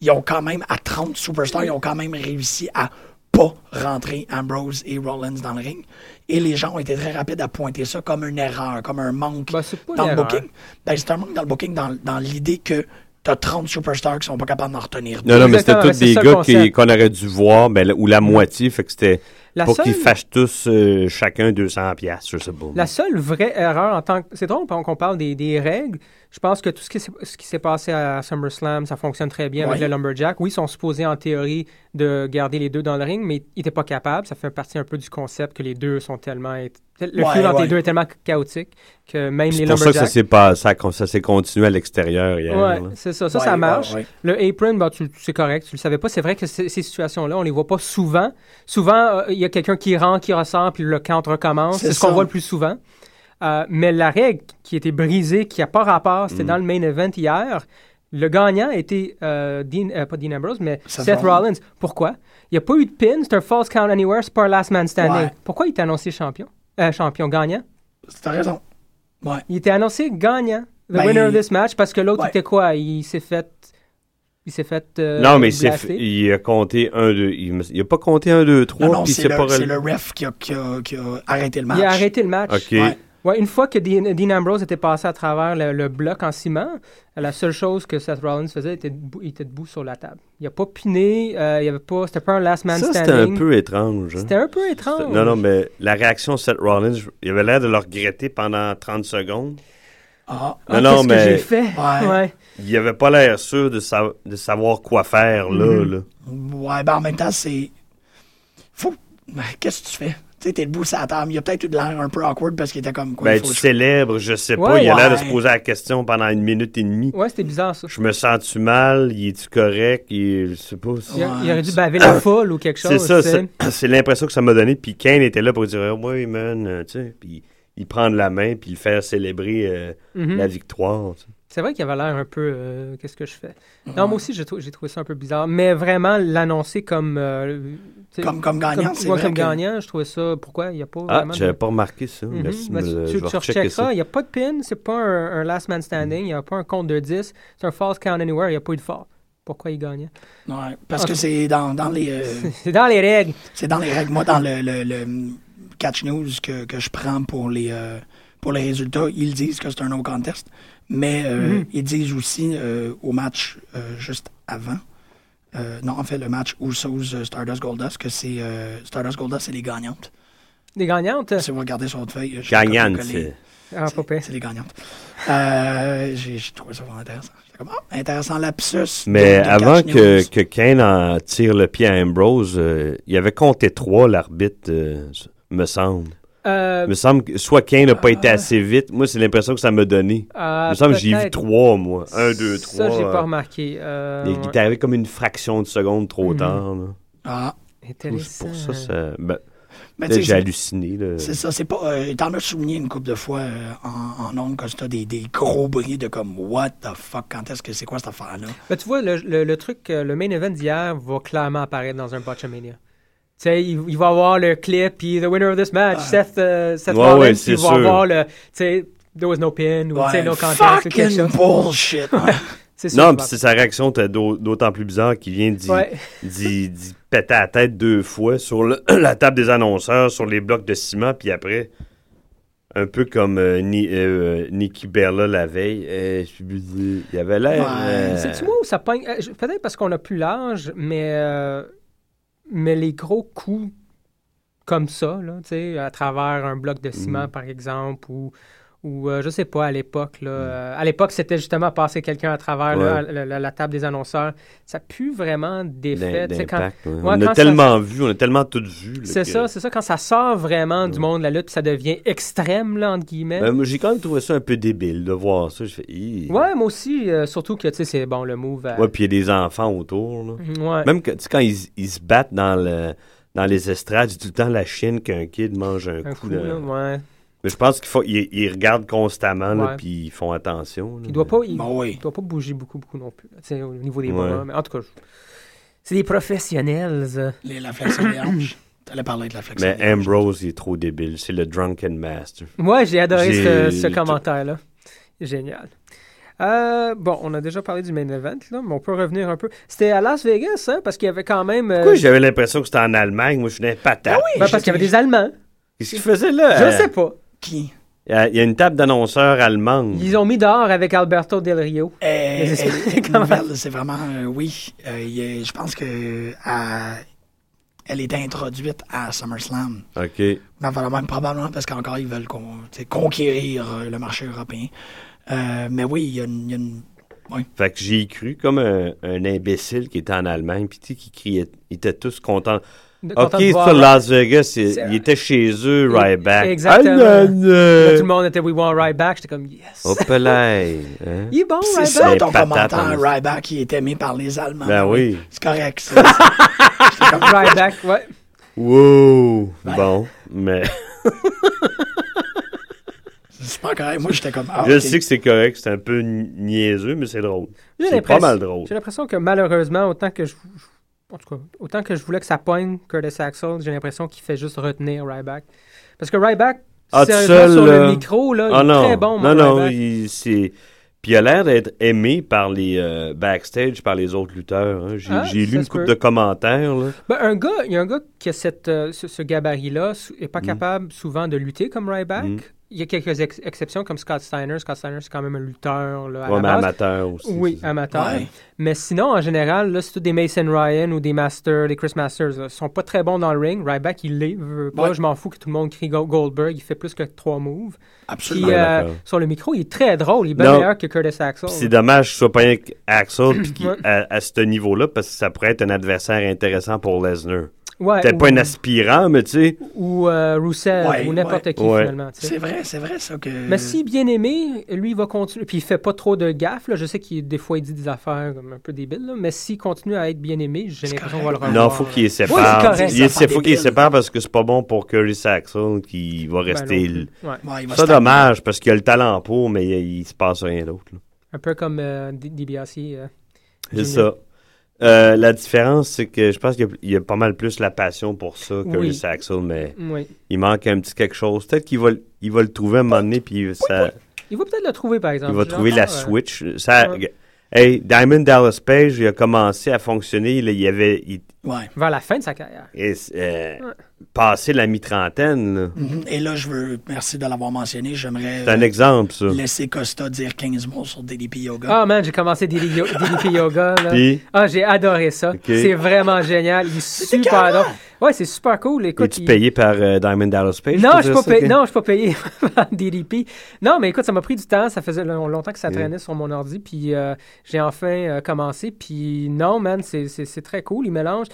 Ils ont quand même, à 30 superstars, ils ont quand même réussi à pas rentrer Ambrose et Rollins dans le ring. Et les gens ont été très rapides à pointer ça comme une erreur, comme un manque
Ben, c'est pas
dans
une
le
erreur.
booking. Ben, c'est un manque dans le booking dans, dans l'idée que t'as 30 superstars qui sont pas capables d'en retenir. deux.
Non, non, mais c'était
Exactement,
tous
c'est
des
ça le
gars qui-
concept.
qu'on aurait dû voir, ben, la- ou la moitié, fait que c'était
La
pour
seule-
qu'ils fâchent tous euh, chacun 200 pièces sur ce boom.
La seule vraie erreur en tant que. C'est drôle pendant qu'on parle des, des règles. Je pense que tout ce qui s'est- ce qui s'est passé à SummerSlam, ça fonctionne très bien avec
Ouais.
le Lumberjack. Oui, ils sont supposés en théorie de garder les deux dans le ring, mais ils n'étaient pas capables. Ça fait partie un peu du concept que les deux sont tellement. Le
Ouais,
feud entre
ouais.
les deux est tellement chaotique que même les
C'est pour ça que ça
Lumberjacks.
s'est pas- ça, con- ça s'est continué à l'extérieur hier.
Ouais,
là.
c'est ça. Ça,
Ouais,
ça
ouais,
marche.
ouais.
Le apron, ben, tu, tu- c'est correct. Tu le savais pas. C'est vrai que ces ces situations-là, on les voit pas souvent. Souvent, euh, il y a quelqu'un qui rentre, qui ressort, puis le count recommence.
C'est
C'est ce qu'on
ça.
voit le plus souvent. Euh, mais la règle qui a été brisée, qui n'a pas rapport,
Mm.
c'était dans le main event hier. Le gagnant était euh, Dean, euh, pas Dean Ambrose, mais
Seth
Seth
Rollins.
Rollins. Pourquoi? Il n'y a pas eu de pin, c'est un false count anywhere, c'est pas un last man standing.
Ouais.
Pourquoi il était annoncé champion? Euh, champion gagnant?
T'as raison.
Oh,
Ouais.
Il était annoncé gagnant, the
Ben,
winner of
il-
this match, parce que l'autre
Ouais.
était quoi? Il s'est fait. Il s'est fait. euh,
non, mais c'est
blaster.
f- il a compté 1, 2. Il, me- il a pas compté 1, 2, 3.
Non, non,
puis
c'est
c'est
le,
pas
c'est
relevé.
le ref qui a, qui a- qui a arrêté le match.
Il a arrêté le match.
OK.
Ouais.
Ouais, une fois que Dean, Dean Ambrose était passé à travers le, le bloc en ciment, la seule chose que Seth Rollins faisait, était debout- il était debout sur la table. Il n'a pas piné, euh, il y avait pas, c'était pas un last man
Ça, c'était un
standing.
peu étrange. hein.
C'était un peu étrange.
Non, non, mais la réaction de Seth Rollins, je- il avait l'air de le regretter pendant 30 secondes.
Ah,
Ah,
non, non,
qu'est-ce que
mais-
j'ai fait?
Ouais.
Ouais.
Il avait pas l'air sûr de, sa- de savoir quoi faire, là.
Mhm.
là.
ouais, ben en même temps, c'est. Faut. Ben, Qu'est-ce que tu fais? Tu sais, t'es debout sur la table. Il a peut-être eu de l'air un peu awkward parce qu'il était comme quoi.
Ben,
il faut
tu
que je-
célèbres, je sais pas.
Ouais.
Il a l'air de
Ouais.
se poser la question pendant une minute et demie.
Ouais, c'était bizarre ça.
Je me sens-tu mal? Il est-tu correct? Il- Je sais pas. c'est-
Il, a- il
Ouais.
aurait dû baver la foule ou quelque chose.
C'est ça,
tu sais.
c'est- c'est l'impression que ça m'a donné. Puis Kane était là pour dire Ah Oui, man, euh, tu sais. Puis il prend de la main, puis le faire célébrer euh,
Mhm.
la victoire. tu sais.
C'est vrai qu'il avait l'air un peu euh, qu'est-ce que je fais. Non, moi aussi j'ai trou- j'ai trouvé ça un peu bizarre, mais vraiment l'annoncer comme euh, tu sais,
Comme, comme gagnant,
comme,
c'est
ouais,
vrai.
comme
que-
gagnant, je trouvais ça pourquoi il n'y a pas
Ah,
vraiment de-
j'avais pas remarqué ça.
Mhm.
Merci.
Ben,
mais, euh,
tu-
je
tu,
vais
tu
rechecker
recheckras,
ça.
il n'y a pas de pin, c'est pas un, un last man standing, il n'y a pas un compte de 10, c'est un false count anywhere, il n'y a pas eu de fort. Pourquoi il gagnait?
Ouais, parce
Ah,
que c'est dans, dans les. euh,
C'est dans les règles.
c'est dans les règles. Moi, dans le, le, le catch news que, que je prends pour les, euh, pour les résultats, ils disent que c'est un no contest. Mais euh,
Mm-hmm.
ils disent aussi euh, au match euh, juste avant. euh, non, en fait, le match Usos euh, Stardust Goldust, que c'est euh, Stardust Goldust, c'est les gagnantes.
Des gagnantes.
Si vous regardez sur votre feuille, je-
Gagnante.
je-
c'est-
Ah, pas pire.
c'est les gagnantes. Euh, j'ai, j'ai trouvé ça vraiment intéressant. J'étais comme, ah, intéressant lapsus.
Mais
de- de
avant
catch
que,
news.
que Kane en tire le pied à Ambrose, euh, il avait compté trois, l'arbitre, euh, me semble.
Euh,
me semble que soit Kane n'a pas été assez vite. Moi, c'est l'impression que ça m'a donné.
euh,
Il me semble que j'ai vu
peut-être.
trois, moi. Un, deux, trois.
Ça, j'ai pas
euh,
remarqué. Euh,
Il
ouais.
est arrivé comme une fraction de seconde trop
Mhm.
tard. là.
Ah,
C'est
Intéressant.
Pour ça, ça- ben,
mais
peut-être
Ah, tu
j'ai
sais,
halluciné. là.
c'est ça, c'est pas. Euh, t'en as souligné une couple de fois euh, en, en ondes, quand t'as des, des gros bris de comme, what the fuck, quand est-ce que c'est quoi cette affaire-là?
Ben, tu vois, le, le- le truc, euh, le main event d'hier va clairement apparaître dans un Botchamania. Tu sais, il, il va avoir le clip, puis the winner of this match, Seth, euh, Seth
Ouais,
Rollins,
ouais,
puis
c'est
il va
sûr.
avoir le, tu sais, there was no pin, ou tu sais, no contest, ou quelque
fucking
chose.
bullshit! hein. Ouais.
C'est sûr
Non,
qu'il va-
puis c'est sa réaction était d'au- d'autant plus bizarre qu'il vient d'y
Ouais.
d'y- d'y péter la tête deux fois sur le- la table des annonceurs, sur les blocs de ciment, puis après, un peu comme euh, Ni- euh, Nikki Berla la veille, euh, je suis busy. il avait l'air...
Ouais.
euh,
C'est-tu moi où ça pogne? Euh, je- Peut-être parce qu'on a plus l'âge, mais, euh, mais les gros coups comme ça, là, tu sais, à travers un bloc de
Mm.
ciment, par exemple, ou, ou euh, je sais pas, à l'époque, là, euh, à l'époque, c'était justement passer quelqu'un à travers là,
Mm. Ouais.
la, la- la table des annonceurs. Ça pue vraiment d'effet.
d'im-
tu sais, quand-
d'impact, ouais.
ouais,
On
quand
a
ça-
tellement vu, on a tellement tout vu. là,
C'est
que-
ça, c'est ça, quand ça sort vraiment du monde, la lutte, puis ça devient extrême, là, entre guillemets.
Ben, moi, J'ai quand même trouvé ça un peu débile de voir ça. Je fais, Hi.
ouais, moi aussi, euh, surtout que, tu sais, c'est bon, le move. à-
Ouais, puis il y a des enfants autour. là.
Ouais.
Même que, tu sais, quand ils, ils se battent dans, le, dans les estrades, j'ai tout le temps la chienne qu'un kid mange un,
Un
coup. Mm.
coup,
là.
là, ouais.
Mais je pense qu'il faut ils, ils regardent constamment, là,
Ouais.
puis ils font attention. là.
Il doit pas... il-
Bon, oui.
Il doit pas bouger beaucoup, beaucoup non plus. là, tu sais, au niveau des
Ouais.
bras. Mais en tout cas, je- c'est des professionnels. ça.
Les, la flexion des hanches. T'allais parler de la flexion
Mais
des hanches.
Ambrose, il est trop débile. C'est le Drunken Master.
Moi, j'ai adoré
J'ai-
ce, ce commentaire-là. Génial. Euh, bon, on a déjà parlé du main event, là, mais on peut revenir un peu. C'était à Las Vegas, hein, parce qu'il y avait quand même. euh,
Pourquoi j'avais l'impression que c'était en Allemagne? Moi, je suis dans les patates.
ben, parce qu'il y avait des Allemands.
Qu'est-ce qu'il faisait là?
Je sais pas.
Qui?
Il y a- il y, a une table d'annonceurs allemande.
Ils ont mis dehors avec Alberto Del Rio.
Euh, euh,
c'est-
une nouvelle, c'est vraiment, euh, oui, Euh, il y a- je pense que à elle est introduite à SummerSlam.
OK.
Ben, voilà, même probablement parce qu'encore ils veulent con- tu sais, conquérir euh, le marché européen. Euh, mais oui, il y a une. il y a une-
Fait que j'y ai cru comme un, un imbécile qui était en Allemagne, puis tu sais, qui criait. Ils étaient tous contents.
De-
OK,
content de voir-
ça, Las Vegas, il-
C'est-
ils étaient chez eux,
Et-
right back.
exactement.
Ah, non,
Là,
non.
tout le monde était We Want Right Back. J'étais comme Yes.
Hop là, hein?
Il est bon,
C'est
Ryback.
ça
Les
ton
patates en
commentaire,
esti.
Ryback, qui est aimé par les Allemands.
Ben oui.
C'est correct. ça. J'étais comme,
Ryback, ouais.
Wow! Bon, mais
C'est pas correct. Moi, j'étais comme. ah,
je
ok.
sais que c'est correct, c'est un peu ni- niaiseux, mais c'est drôle.
J'ai
C'est
l'impression-
pas mal drôle.
J'ai l'impression que malheureusement, autant que je. je- En tout cas, autant que je voulais que ça poigne Curtis Axel, j'ai l'impression qu'il fait juste retenir Ryback. Parce que Ryback,
Ah, tout
sérieusement,
seul,
sur
là.
le micro, là,
Ah
il est
non,
très bon, mon
non, non,
Ryback.
il, c'est... Puis il a l'air d'être aimé par les euh, backstage, par les autres lutteurs. hein. J'ai,
Ah,
j'ai
ça
lu une
se
couple
peut.
de commentaires. Là.
Ben, un gars, il y a un gars qui a cette, euh, ce, ce gabarit-là, n'est pas capable souvent de lutter comme Ryback.
Mm.
Il y a quelques ex- exceptions comme Scott Steiner. Scott Steiner, c'est quand même un lutteur là, Ben, à
Ouais,
la
mais
base.
amateur aussi.
Oui,
c'est ça.
amateur.
Ouais.
Mais sinon, en général, là, c'est tous des Mason Ryan ou des Masters, des Chris Masters. là. Ils sont pas très bons dans le ring. Ryback, il l'est. veut pas.
Ouais.
Je m'en fous que tout le monde crie Go- Goldberg. Il fait plus que trois moves. Puis
Absolument.
Ouais,
euh,
d'accord.
sur le micro, il est très drôle. Il est bien
Non.
meilleur que Curtis Axel.
Puis c'est dommage qu'il soit pas avec Axel puis qu'il-
Ouais.
à, à ce niveau-là, parce que ça pourrait être un adversaire intéressant pour Lesnar.
Ouais,
Peut-être
ou,
pas un aspirant, mais tu sais,
ou, euh, Rusev
Ouais,
ou n'importe
ouais.
qui,
Ouais. euh,
finalement. tu sais.
C'est vrai, c'est vrai, ça. Que...
Mais si bien aimé, lui, il va continuer. Puis il fait pas trop de gaffes. Là. Je sais qu'il des fois, il dit des affaires comme un peu débiles. là. Mais s'il continue à être bien aimé, j'ai
C'est correct.
l'impression qu'on va le revoir. euh,
non, faut qu'il les
Ouais, c'est
sépare.
correct.
il est-
Ça fait
faut qu'il les
débile.
sépare parce que c'est pas bon pour Curtis Axel qui
Ben,
va rester. l-
Ouais.
Ouais, il va
Ça,
se taper.
dommage, parce qu'il a le talent pour, mais il, il se passe rien d'autre. là.
Un peu comme euh, D- DiBiase. euh.
C'est ça.
Junior.
Euh, la différence, c'est que je pense qu'il y a- il y, a pas mal plus la passion pour ça que
Oui.
le Saxon, mais
Oui.
il manque un petit quelque chose. Peut-être qu'il va, l- il va le trouver à un moment donné, puis ça,
Il va peut-être le trouver, par exemple.
il va
Genre,
trouver la
ah, euh,
switch. Ça,
Ouais.
Hey, Diamond Dallas Page, il a commencé à fonctionner. là, il y avait il-
Ouais.
euh, Vers la fin de sa carrière.
il s- euh,
Ouais.
passé la mi-trentaine. là.
Mhm. Et là, je veux. Merci de l'avoir mentionné. J'aimerais
C'est un
euh,
exemple, ça.
laisser Costa dire 15 mots sur DDP Yoga.
Ah, man, j'ai commencé DDP Yo- DDP Yoga. là.
Puis,
Ah, j'ai adoré ça.
Ok.
C'est vraiment génial. Il est super
carré.
drôle. Ouais, c'est super cool. Écoute,
es-tu
il-
payé par euh, Diamond Dallas Page?
Non,
pour
je suis
dire
pas
ça,
payé.
que-
Non, je suis pas payé par DDP. Non, mais écoute, ça m'a pris du temps. Ça faisait long- longtemps que ça
Ok.
traînait sur mon ordi. Puis euh, j'ai enfin euh, commencé. Puis non, man, c'est- c'est c'est très cool. Il mélange.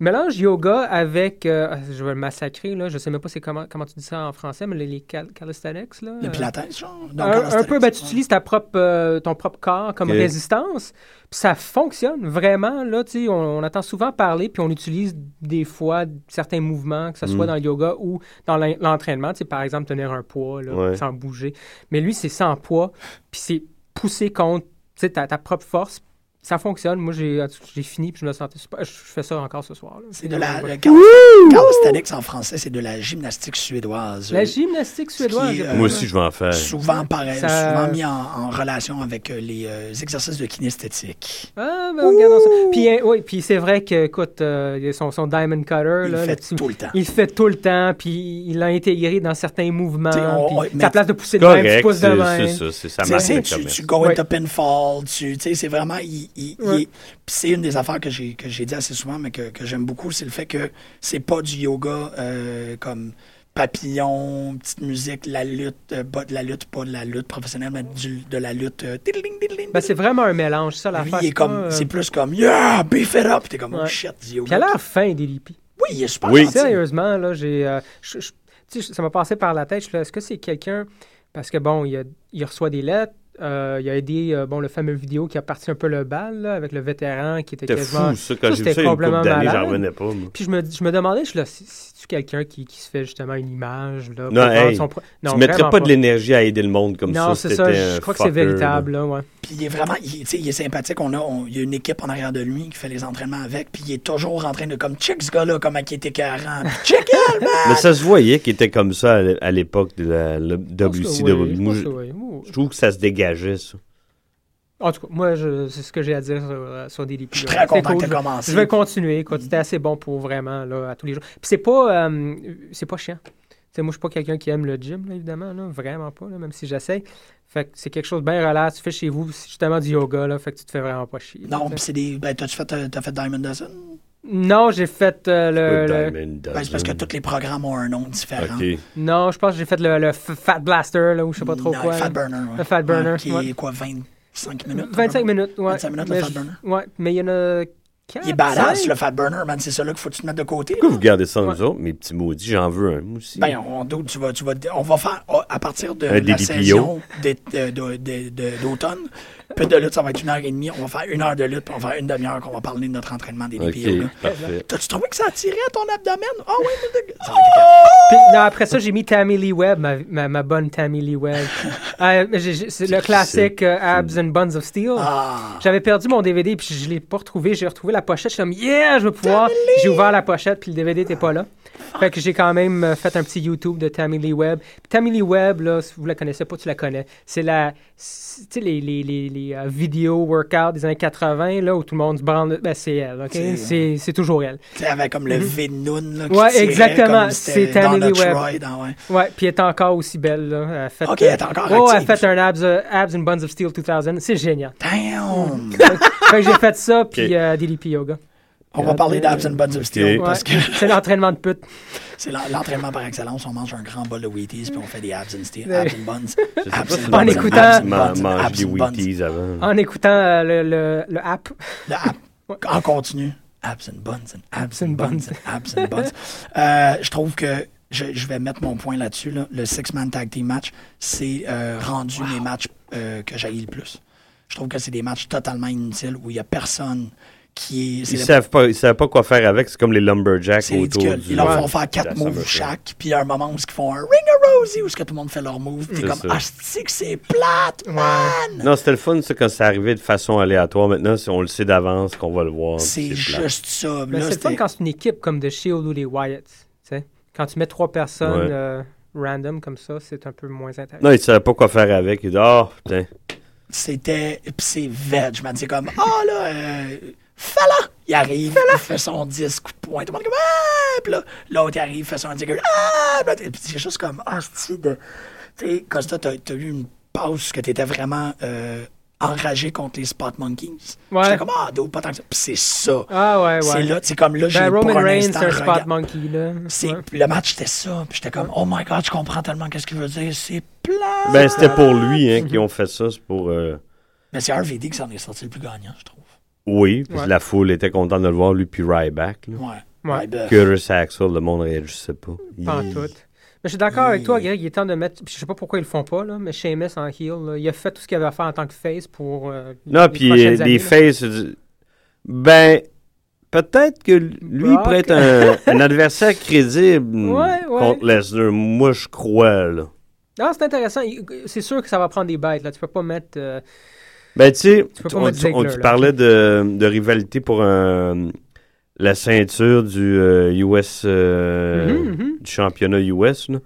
Il mélange yoga avec, euh, ah, je vais le massacrer là, je sais même pas c'est comment, comment tu dis ça en français, mais les, les cal- calisthenics là.
Le
euh,
Pilates, genre.
un,
Non,
un peu, ben, tu
calisthenics,
utilises ta propre, euh, ton propre corps comme
Ok.
résistance, puis ça fonctionne vraiment. Là, tu sais, on, on entend souvent parler, puis on utilise des fois certains mouvements, que ce soit
Mm.
dans le yoga ou dans l'en- l'entraînement. Tu sais, par exemple, tenir un poids là,
Ouais.
sans bouger. Mais lui, c'est sans poids, puis c'est poussé contre tu sais, ta, ta propre force. Ça fonctionne. Moi, j'ai j'ai fini, puis je me sentais super. Je fais ça encore ce soir. là.
C'est de la.
Ouais.
le cal- calisthenics en français, c'est de la gymnastique suédoise.
La
Euh,
gymnastique suédoise.
Qui, euh,
Moi aussi, je vais en faire.
Souvent, pareil,
Ça-
souvent mis en, en relation avec euh, les euh, exercices de kinesthétique.
Ah, ben, regardons ça. Puis, hein, oui, puis c'est vrai que, écoute, euh, il y a son, son Diamond Cutter,
Il
là,
le fait
le petit-
tout le temps.
il le fait tout le temps, puis il l'a intégré dans certains mouvements.
T'sais, on-
puis
ouais, mais-
à place de pousser de même, tu
Correct,
pousses de
c'est
même.
c'est ça, c'est ça.
Tu sais,
marche
c'est-
le
tu,
commerce.
tu go
Ouais.
into pinfall, tu tu sais, c'est vraiment. il- il- il-
Ouais.
il- puis c'est une des affaires que j'ai que j'ai dit assez souvent, mais que, que j'aime beaucoup, c'est le fait que c'est pas du yoga euh, comme papillon, petite musique, la lutte, euh, pas de la lutte, pas de la lutte professionnelle, mais du- de la lutte. euh, diddling, diddling,
Ben, c'est vraiment un mélange, ça, la euh.
Lui, il est comme, c'est plus comme Yeah, beef it up. Puis T'es comme, oh
Ouais.
shit, du yoga.
Puis il a l'air fin, DDP.
Oui, il est super
Oui.
gentil.
Sérieusement, là, j'ai. euh, je- je- tu sais, ça m'a passé par la tête. je suis là, Est-ce que c'est quelqu'un. Parce que, bon, il, a- il reçoit des lettres. euh, il a aidé, euh, bon, le fameux vidéo qui a parti un peu le bal, là, avec le vétéran qui était
C'était
quasiment.
fou, ça. Quand
Ça,
j'ai
c'était
vu ça il y a une
complètement
couple d'années,
malade.
j'en revenais pas. moi.
Puis je me, je me demandais, je suis là, si- si-tu quelqu'un qui, qui se fait justement une image, là, pour
Non,
vendre
hey,
son pro-
tu mettrais
vraiment
pas, de l'énergie à aider le monde comme ça.
Non, c'est
si
ça,
t'étais
je
un
crois que c'est
fucker, là.
véritable, là, ouais.
Puis il est vraiment, il, tu sais, il est sympathique. On a, on- il y a une équipe en arrière de lui qui fait les entraînements avec. Puis il est toujours en train de comme check ce gars-là, comment il était carrant. Check it, man!
Mais ça se voyait qu'il était comme ça à l'é- à l'époque de la la WCW. Moi, je- Je trouve que ça se dégageait, ça.
En tout cas, moi, je- c'est ce que j'ai à dire sur, euh, sur Daily
Je suis
Pilot.
très
C'est
content que
cool,
t'aies
je vais-
commencé.
Je vais continuer, écoute, c'était assez bon pour vraiment, là, à tous les jours. Puis c'est pas, euh, c'est pas chiant. Tu sais, moi, je suis pas quelqu'un qui aime le gym, là, évidemment, là, vraiment pas, là, même si j'essaye. Fait que c'est quelque chose de bien relax, tu fais chez vous, c'est justement du yoga, là, fait que tu te fais vraiment pas chier.
Non,
Tu
pis
sais.
c'est des. Ben, t'as-tu fait, euh, t'as fait Diamond Dozen?
Non, j'ai fait euh, le, le-
Diamond
Ben, c'est parce que
Dozen.
tous les programmes ont un nom différent.
Euh, Ok.
Non, je pense que j'ai fait le, le F- Fat Blaster, là, ou je sais pas trop
Non,
quoi.
Fat
là.
Burner. ouais.
Le Fat Burner,
Ouais, qui
ouais.
est quoi, 25 minutes?
25 minutes, ouais.
25 minutes, le
Mais
Fat
je-
Burner.
Ouais, mais il y en a 4.
Il est badass, le Fat Burner, man. C'est ça là qu'il faut que tu te mettes de côté.
Pourquoi
là.
vous gardez ça, nous
Ouais.
autres? Mes petits maudits, j'en veux un, moi aussi.
Ben, on, d'autres, tu vas, tu vas, on va faire oh, à partir de
Un
la
DDPO.
saison d'ét- de- de- de- de- d'automne. Puis de lutte, ça va être une heure et demie. On va faire une heure de lutte, puis on va faire une demi-heure qu'on va parler de notre entraînement des
ok,
DPO. là.
parfait.
T'as-tu trouvé que ça tirait à ton abdomen? Ah oui, mais de- ça va
Puis, non, après ça, j'ai mis Tammy Lee Webb, ma, ma, ma bonne Tammy Lee Webb. Euh, j'ai- j'ai- c'est le classique euh, Abs and Buns of Steel.
Ah.
J'avais perdu mon DVD, puis je l'ai pas retrouvé. J'ai retrouvé la pochette. Je suis comme, yeah, je vais pouvoir. J'ai ouvert la pochette, puis le DVD était pas là. Fait que j'ai quand même euh, fait un petit YouTube de Tammy Lee Webb. Puis Tammy Lee Webb, là, si vous la connaissez pas, tu la connais. C'est la. c'est- Tu sais, les, les, les, les, euh, vidéos workout des années 80, là, où tout le monde se branle. Ben, c'est elle, OK?
C'est-
C'est c'est toujours elle.
Tu sais, avec comme le V-Noon, là, qui
Mm-hmm. Ouais,
tirait
exactement.
comme si c'était
C'est Tammy
Donna
Lee Webb.
Troy dans- ouais.
Ouais, puis elle est encore aussi belle. Là. Elle a fait,
Ok, elle est encore
Oh, elle
active.
a fait un abs, euh, abs and Buns of Steel 2000. C'est génial.
Damn!
fait que j'ai fait ça, puis
Ok.
euh, DDP Yoga.
On va parler d'abs and buns of steel,
Ok.
parce que
Ouais, C'est l'entraînement de pute.
c'est l'en- l'entraînement par excellence. On mange un grand bol de Wheaties, puis on fait des abs and steel, abs and buns.
Je sais pas
Abs
si
and
c'est
buns,
En
normal.
écoutant-
abs and
Man-
buns,
mange
abs
des
and buns.
Wheaties avant.
En écoutant euh, le, le, le app.
Le ab- Ah, En continu. Abs and buns and abs and
and
buns
buns.
and abs and buns. Euh, je trouve que je, je vais mettre mon point là-dessus. là. Le six-man tag team match, c'est euh, rendu mes matchs euh, que j'haïs le plus. Je trouve que c'est des matchs totalement inutiles où il n'y a personne qui est. c'est
Ils
le-
savent pas, ils savent pas quoi faire avec. C'est comme les lumberjacks
C'est
autour
ridicule.
du-
Ils leur
Ouais.
font faire quatre
Ça, ça me
moves
fait.
chaque, puis il y a un moment où ils font un ring a Rosie, où est-ce que tout le monde fait leur move. T'es
C'est
comme,
ça.
ah, c'est que c'est plate, man!
Non, c'était le fun, ça, quand ça arrivait de façon aléatoire. Maintenant, si on le sait d'avance qu'on va le voir.
C'est
plate.
juste ça. Là,
Mais Ben, c'est le fun
c'était-
quand c'est une équipe comme The Shield ou les Wyatt. tu sais. Quand tu mets trois personnes
Ouais.
euh, random comme ça, c'est un peu moins intéressant.
Non, ils savaient pas quoi faire avec. Ils disaient, ah, putain.
c'était. Puis c'est veg, man. C'est comme, ah là, euh, Fala! Il arrive, il fait son disque point. Tout le monde est comme, ah! Puis là, l'autre il arrive, fait son disque, ah! Puis là, t'es- puis c'est juste comme, ah, c'est de. Tu sais, Costa, t'as t'as eu une pause que t'étais vraiment. euh, enragé contre les Spot Monkeys.
Ouais.
J'étais comme, ah, d'autres pas tant que ça. Puis c'est ça.
Ah ouais, ouais.
C'est là, c'est comme là, j'ai
Ben, Roman
pour un
Reigns,
instant
c'est un
regard-
spot monkey. Là.
C'est-
Ouais.
Le match, c'était ça. Puis j'étais comme, oh my god, je comprends tellement qu'est-ce qu'il veut dire. C'est plat.
Ben, c'était pour lui, hein, qu'ils ont fait ça. C'est pour. euh,
Mais c'est RVD qui s'en est sorti le plus gagnant, je trouve.
Oui, parce que
Ouais.
la foule était contente de le voir, lui, puis Ryback. Là.
Ouais.
Ouais.
ben,
Curtis Axel, le monde réagissait pas. Il-
Pas en tout. Mais je suis d'accord avec toi, Greg. Il est temps de mettre. puis Je sais pas pourquoi ils le font pas, là, mais Sheamus en heel, là, il a fait tout ce qu'il avait à faire en tant que face pour. euh,
Non,
les
puis
prochaines
euh,
années,
les
là.
faces. du- Ben, peut-être que l- lui
Brock.
prête un, un adversaire crédible
Ouais, ouais.
contre Lesnar. Moi, je crois, là.
Non, c'est intéressant. Il- C'est sûr que ça va prendre des bêtes. Là. Tu peux pas mettre. euh,
Ben, tu sais,
Tu peux pas
on,
mettre Ziggler,
on- tu
là.
parlais de, de rivalité pour un- la ceinture du euh, US, euh,
Mhm, mhm.
du championnat US. là.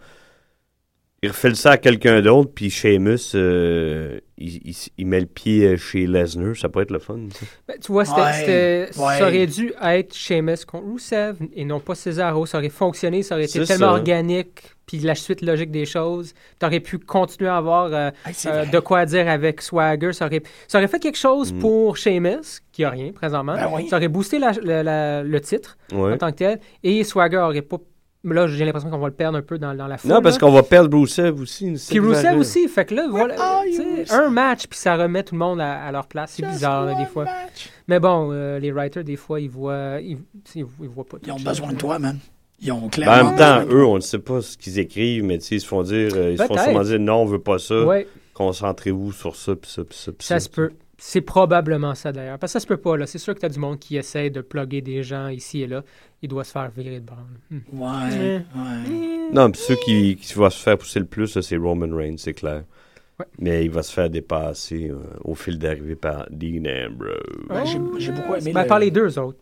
Il refait ça à quelqu'un d'autre, puis Sheamus, euh, il, il s- il met le pied euh, chez Lesnar. Ça pourrait être le fun. ça.
ben, tu vois, c'était,
Ouais,
c'était-
ouais.
ça aurait dû être Sheamus contre Rusev et non pas Cesaro. Ça aurait fonctionné, ça aurait été
C'est
tellement
ça.
organique. Puis la suite logique des choses. Tu aurais pu continuer à avoir euh,
hey, c'est
euh,
vrai.
de quoi dire avec Swagger. Ça aurait, ça aurait fait quelque chose
Mm.
pour Sheamus, qui a rien présentement.
Ben oui.
Ça aurait boosté la- la- la- le titre. en
Ouais.
tant que tel. Et Swagger aurait pas. mais Là, j'ai l'impression qu'on va le perdre un peu dans, dans la foule.
Non, parce
là.
qu'on va perdre Rusev aussi. une
Puis Rusev
série.
aussi, fait que là, voilà,
are you,
tu
Rusev?
sais, un match, puis ça remet tout le monde à, à leur place. C'est
Just
bizarre, là, des
one
fois.
match.
Mais bon, euh, les writers, des fois, ils voient, ils, tu sais, ils voient pas tout.
Ils ont besoin de toi, man. Ils ont
Ben, en
clairement.
même temps,
besoin de-
eux, on ne sait pas ce qu'ils écrivent, mais tu sais, ils se font dire, euh, ils se font
Peut-être.
sûrement dire, non, on veut pas ça.
Ouais,
Concentrez-vous sur ça, puis ça, puis Euh, ça, puis
ça se peut. C'est probablement ça, d'ailleurs. Parce que ça se peut pas, là. C'est sûr que t'as du monde qui essaie de plugger des gens ici et là. Il doit se faire virer de bord. là. Hmm.
Ouais, ouais.
Non, puis ceux qui, qui vont se faire pousser le plus, là, c'est Roman Reigns, c'est clair.
Ouais.
Mais il va se faire dépasser euh, au fil d'arrivée par Dean Ambrose.
Ben, j'ai- j'ai beaucoup aimé
Ben,
le-
par les deux autres.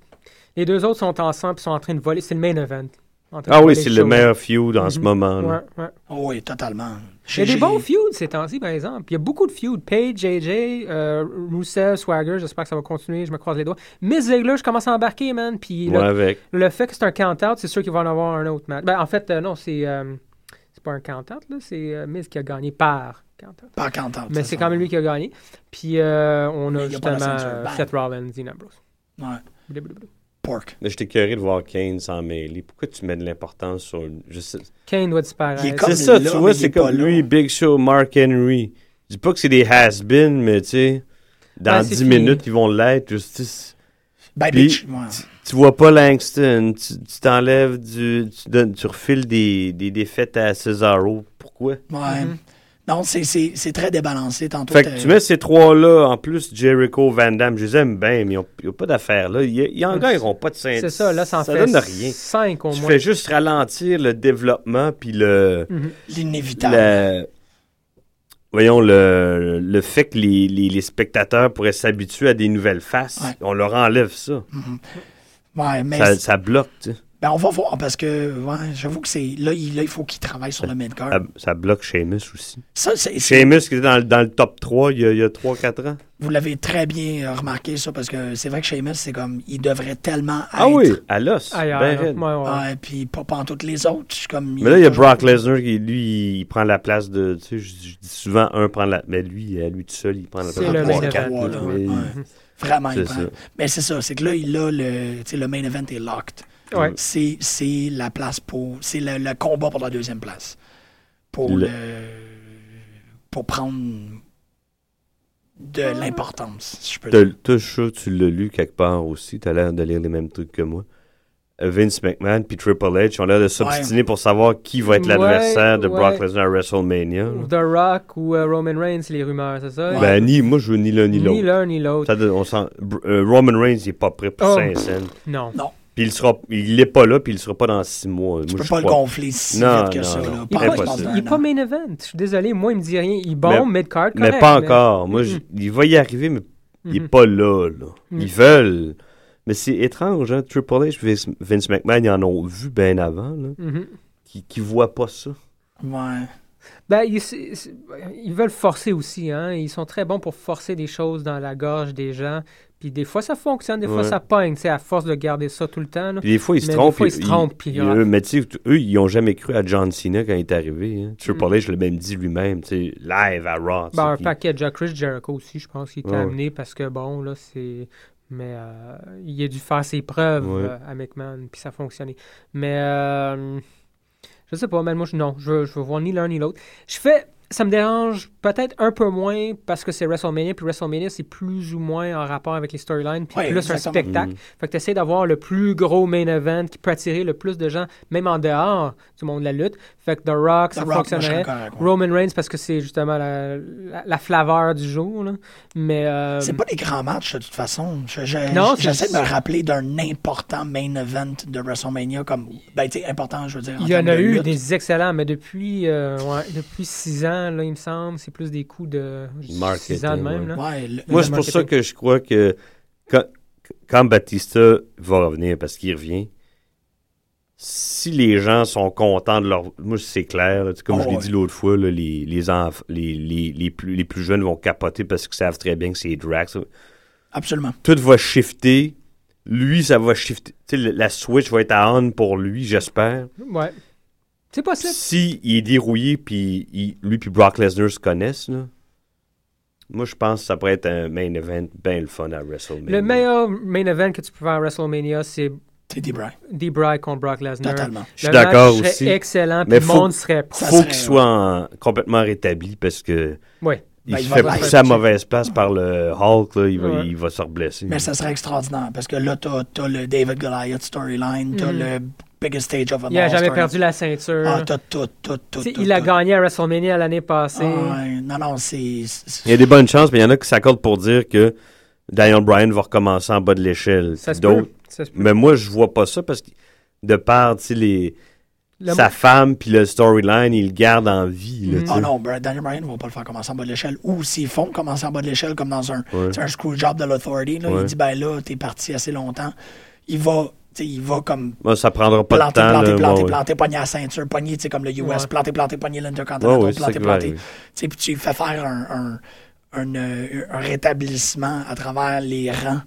Les deux autres sont ensemble, puis sont en train de voler. C'est le main event. En train de
Ah oui,
voler
c'est le
show.
meilleur feud en ce moment. là.
Mm-hmm. Ouais, ouais.
Oh, oui, totalement.
Il y a
J'ai-
des bons feuds ces temps-ci, par exemple. Il y a beaucoup de feuds. Page, JJ, euh, Rusev, Swagger, j'espère que ça va continuer, je me croise les doigts. Mais Ziggler, je commence à embarquer, man. Puis
Moi
le,
avec.
le fait que c'est un count-out, c'est sûr qu'il va en avoir un autre match. Ben, en fait, euh, non, c'est euh, c'est pas un count-out, là, c'est euh, Miz qui a gagné par count-out.
Pas content.
Mais c'est quand même lui qui a gagné. Puis euh, on
Mais
a
il y a pas la
justement
ceinture.
euh,
Bang.
Seth Rollins, Dean Ambrose.
Ouais.
Blablabla.
Pork.
Mais j'étais curieux de voir Kane s'en mêler. Pourquoi tu mets de l'importance sur. Je sais-
Kane doit
Il est
disparaître.
comme
C'est ça,
là,
tu
mais
vois,
il est
c'est comme
pas là.
lui, Big Show, Mark Henry. Je dis pas que c'est des has-been, mais tu sais, dans
Ouais, Ben, c'est
10
fini.
minutes, ils vont l'être. Je sais-
Ben,
Puis-
bitch. ouais.
Tu vois pas Langston, tu tu t'enlèves du. Tu, donnes, tu refiles des, des défaites à Cesaro. Pourquoi?
Ouais.
Mhm.
Non, c'est- c'est c'est très débalancé. Tantôt,
Fait
t'as-
que tu mets ces trois-là, en plus Jericho, Van Damme, je les aime bien, mais ils n'ont pas d'affaires là. Ils, ils en
Ouais,
gagneront pas de ceinture.
C'est ça, là, ça en
ça
fait
donne rien.
5 au
Tu
moins.
fais juste ralentir le développement, puis le...
Mhm.
l'inévitable.
le- voyons, le, le fait que les, les- les spectateurs pourraient s'habituer à des nouvelles faces.
Ouais.
On leur enlève ça.
Ouais, mais
Ça, ça bloque, tu sais.
ben, on va voir parce que ouais, j'avoue que c'est là, il, là, il faut qu'il travaille sur le mid-card.
Ça, ça bloque Sheamus aussi.
Ça, c'est- c'est-
Sheamus qui était dans, le- dans le top 3 il y a, il y a 3-4 ans.
vous l'avez très bien euh, remarqué ça parce que c'est vrai que Sheamus, c'est comme il devrait tellement être.
Ah À l'os.
Ailleurs,
ben
là.
raide.
Ouais, ouais.
Ouais, puis pas pantoute les autres. je suis Comme,
Mais là, il y a
toujours-
Brock Lesnar qui, lui, il prend la place de. Tu sais, je, je dis souvent un prend la. Mais lui, à lui tout seul, il prend la
C'est
place de
le
trois,
main
quatre,
event,
là,
là,
mais-
ouais. Vraiment, il
C'est
prend.
ça.
Mais c'est ça, c'est que là, il a le, tu sais, le main event est locked.
Ah,
Ouais.
C'est, c'est la place pour. C'est le, le combat pour la deuxième place. Pour
Le-
le. pour prendre de
Ah.
l'importance, si je peux
T'as-
dire.
t'as- Je suis sûr que tu l'as lu quelque part aussi. Tu as l'air de lire les mêmes trucs que moi. Euh, Vince McMahon puis Triple H ont l'air de s'obstiner pour savoir qui va être
Ouais,
l'adversaire de
ouais.
Brock Lesnar à WrestleMania.
Ou The Rock ou euh, Roman Reigns, les rumeurs, c'est ça?
Ouais.
Ben, ni, moi, je veux ni l'un ni
Ni
l'autre.
l'un ni l'autre.
Ça donne- on sent- Br- euh, Roman Reigns, il n'est pas prêt pour
Oh.
5 scènes.
Non.
Puis il sera, il est pas là, puis il sera pas dans 6 mois.
Tu
Moi,
peux
je
pas le
crois.
gonfler si
Non,
vite que
non,
ça.
non.
là.
Il
Pas
est
en
Impossible.
pense
pas,
d'un
il est pas
an.
main event. Je suis désolé, moi, il me dit rien. Il bombe, mid-card, correct. Mhm. Mm-hmm.
Mais pas encore. Moi, je- il va y arriver, mais il n'est pas là. là. Ils veulent. Mais c'est étrange, hein? Triple H et Vince- Vince McMahon, ils en ont vu bien avant, là,
Mhm.
qui ne voient pas ça.
Ouais.
Ben, ils, c'est- c'est- ils veulent forcer aussi. Hein? Ils sont très bons pour forcer des choses dans la gorge des gens. Puis des fois, ça fonctionne, des fois,
Ouais.
ça pogne. tu sais, À force de garder ça tout le temps. là.
Puis des fois, ils se
Mais des
trompent.
fois, ils se trompent, puis grave.
eux, mais tu sais, eux, ils n'ont jamais cru à John Cena quand il est arrivé. hein. Triple H l'a même dit lui-même, tu sais, live à Raw. tu sais,
Mm. Ben, un
puis-
package à Chris Jericho aussi, je pense qu'il était
Ouais.
amené parce que, bon, là, c'est. Mais euh, il a dû faire ses preuves
Ouais.
euh, à McMahon, puis ça a fonctionné. Mais euh, je sais pas, mais moi, je, non, je, veux- je veux voir ni l'un ni l'autre. Je fais. Ça me dérange peut-être un peu moins parce que c'est WrestleMania, puis WrestleMania, c'est plus ou moins en rapport avec les storylines, puis
Ouais,
plus un
exactement.
Mm.
spectacle.
Mhm.
Fait que tu d'avoir le plus gros main event qui peut attirer le plus de gens, même en dehors du monde de la lutte. Fait que The Rock,
The
ça
Rock, moi, je suis
fonctionnerait.
encore d'accord.
Roman Reigns parce que c'est justement la, la, la flaveur du jour. là. Mais euh,
C'est pas des grands matchs, de toute façon. Je- je-
Non,
J'essaie
c'est-
de me rappeler d'un important main event de WrestleMania comme. Ben, tu sais, important, je veux dire.
il y
termes
en a
de
eu
lutte.
des excellents, mais depuis, euh, ouais, depuis six ans, là, il me semble, c'est plus des coups de
Marketing,
six ans de même.
ouais.
là.
Ouais, le-
Moi,
Le
c'est pour ça
marketing.
que je crois que quand, quand Batista va revenir, parce qu'il revient, si les gens sont contents de leur. Moi, c'est clair. là, tu sais, comme
Ah
je l'ai
ouais.
dit l'autre fois, là, les, les, enf- les, les, les plus, les plus jeunes vont capoter parce qu'ils savent très bien que c'est Drax.
absolument.
Tout va shifter. Lui, ça va shifter. Tu sais, le- la Switch va être à on pour lui, j'espère.
Ouais. C'est possible.
Si il est dérouillé, puis il- lui puis Brock Lesnar se connaissent, là, moi, je pense que ça pourrait être un main event bien le fun à WrestleMania.
Le meilleur main event que tu peux faire à WrestleMania, c'est
C'est des bras.
Dee Bry contre Brock Lesnar.
Totalement.
Je suis
Le
d'accord
match serait
aussi.
excellent,
Mais
puis le
faut-
monde serait...
Ça
faut
serait-
qu'il soit en- complètement rétabli parce que
Ouais.
il
Ben, il
se
va
fait
pas
pousser
être
à
touché.
mauvaise place par le Hulk. là, il, va,
Ouais.
il va se reblesser.
Mais Ben, ça serait extraordinaire parce que là, t'as as le David Goliath storyline, t'as le biggest stage of a
Mm. Il n'a jamais perdu
storyline.
la ceinture.
hein. Ah, t'as tout, tout, tout.
Tu sais,
tout,
il a
tout.
gagné à WrestleMania l'année passée.
Ah, ouais. non, non, c'est.
Il y a des bonnes chances, mais il y en a qui s'accordent pour dire que Daniel Bryan va recommencer en bas de l'échelle.
ça se
D'autres-
peut. Ça se peut.
Mais moi, je vois pas ça parce que de part, tu sais, les...
Le-
sa femme puis le storyline, il le garde en vie. là,
Mhm.
tu
Oh
sais.
non, Brad- Daniel Bryan ne va pas le faire commencer en bas de l'échelle. Ou s'ils font commencer en bas de l'échelle, comme dans un,
Ouais.
c'est un screw job de l'authority, là,
Ouais.
il dit ben là, t'es parti assez longtemps. Il va, tu sais, il va comme
Moi, ça prendra pas
planter,
de temps.
planter,
là,
planter,
ouais.
planter, pogner la ceinture, pogner, tu sais, comme le US,
Ouais.
planter, planter, pogner
Ouais,
l'Intercontinental,
ouais, c'est ça
planter,
qui va
planter.
arriver.
Tu sais, puis tu fais faire un, un, un, euh, un rétablissement à travers les rangs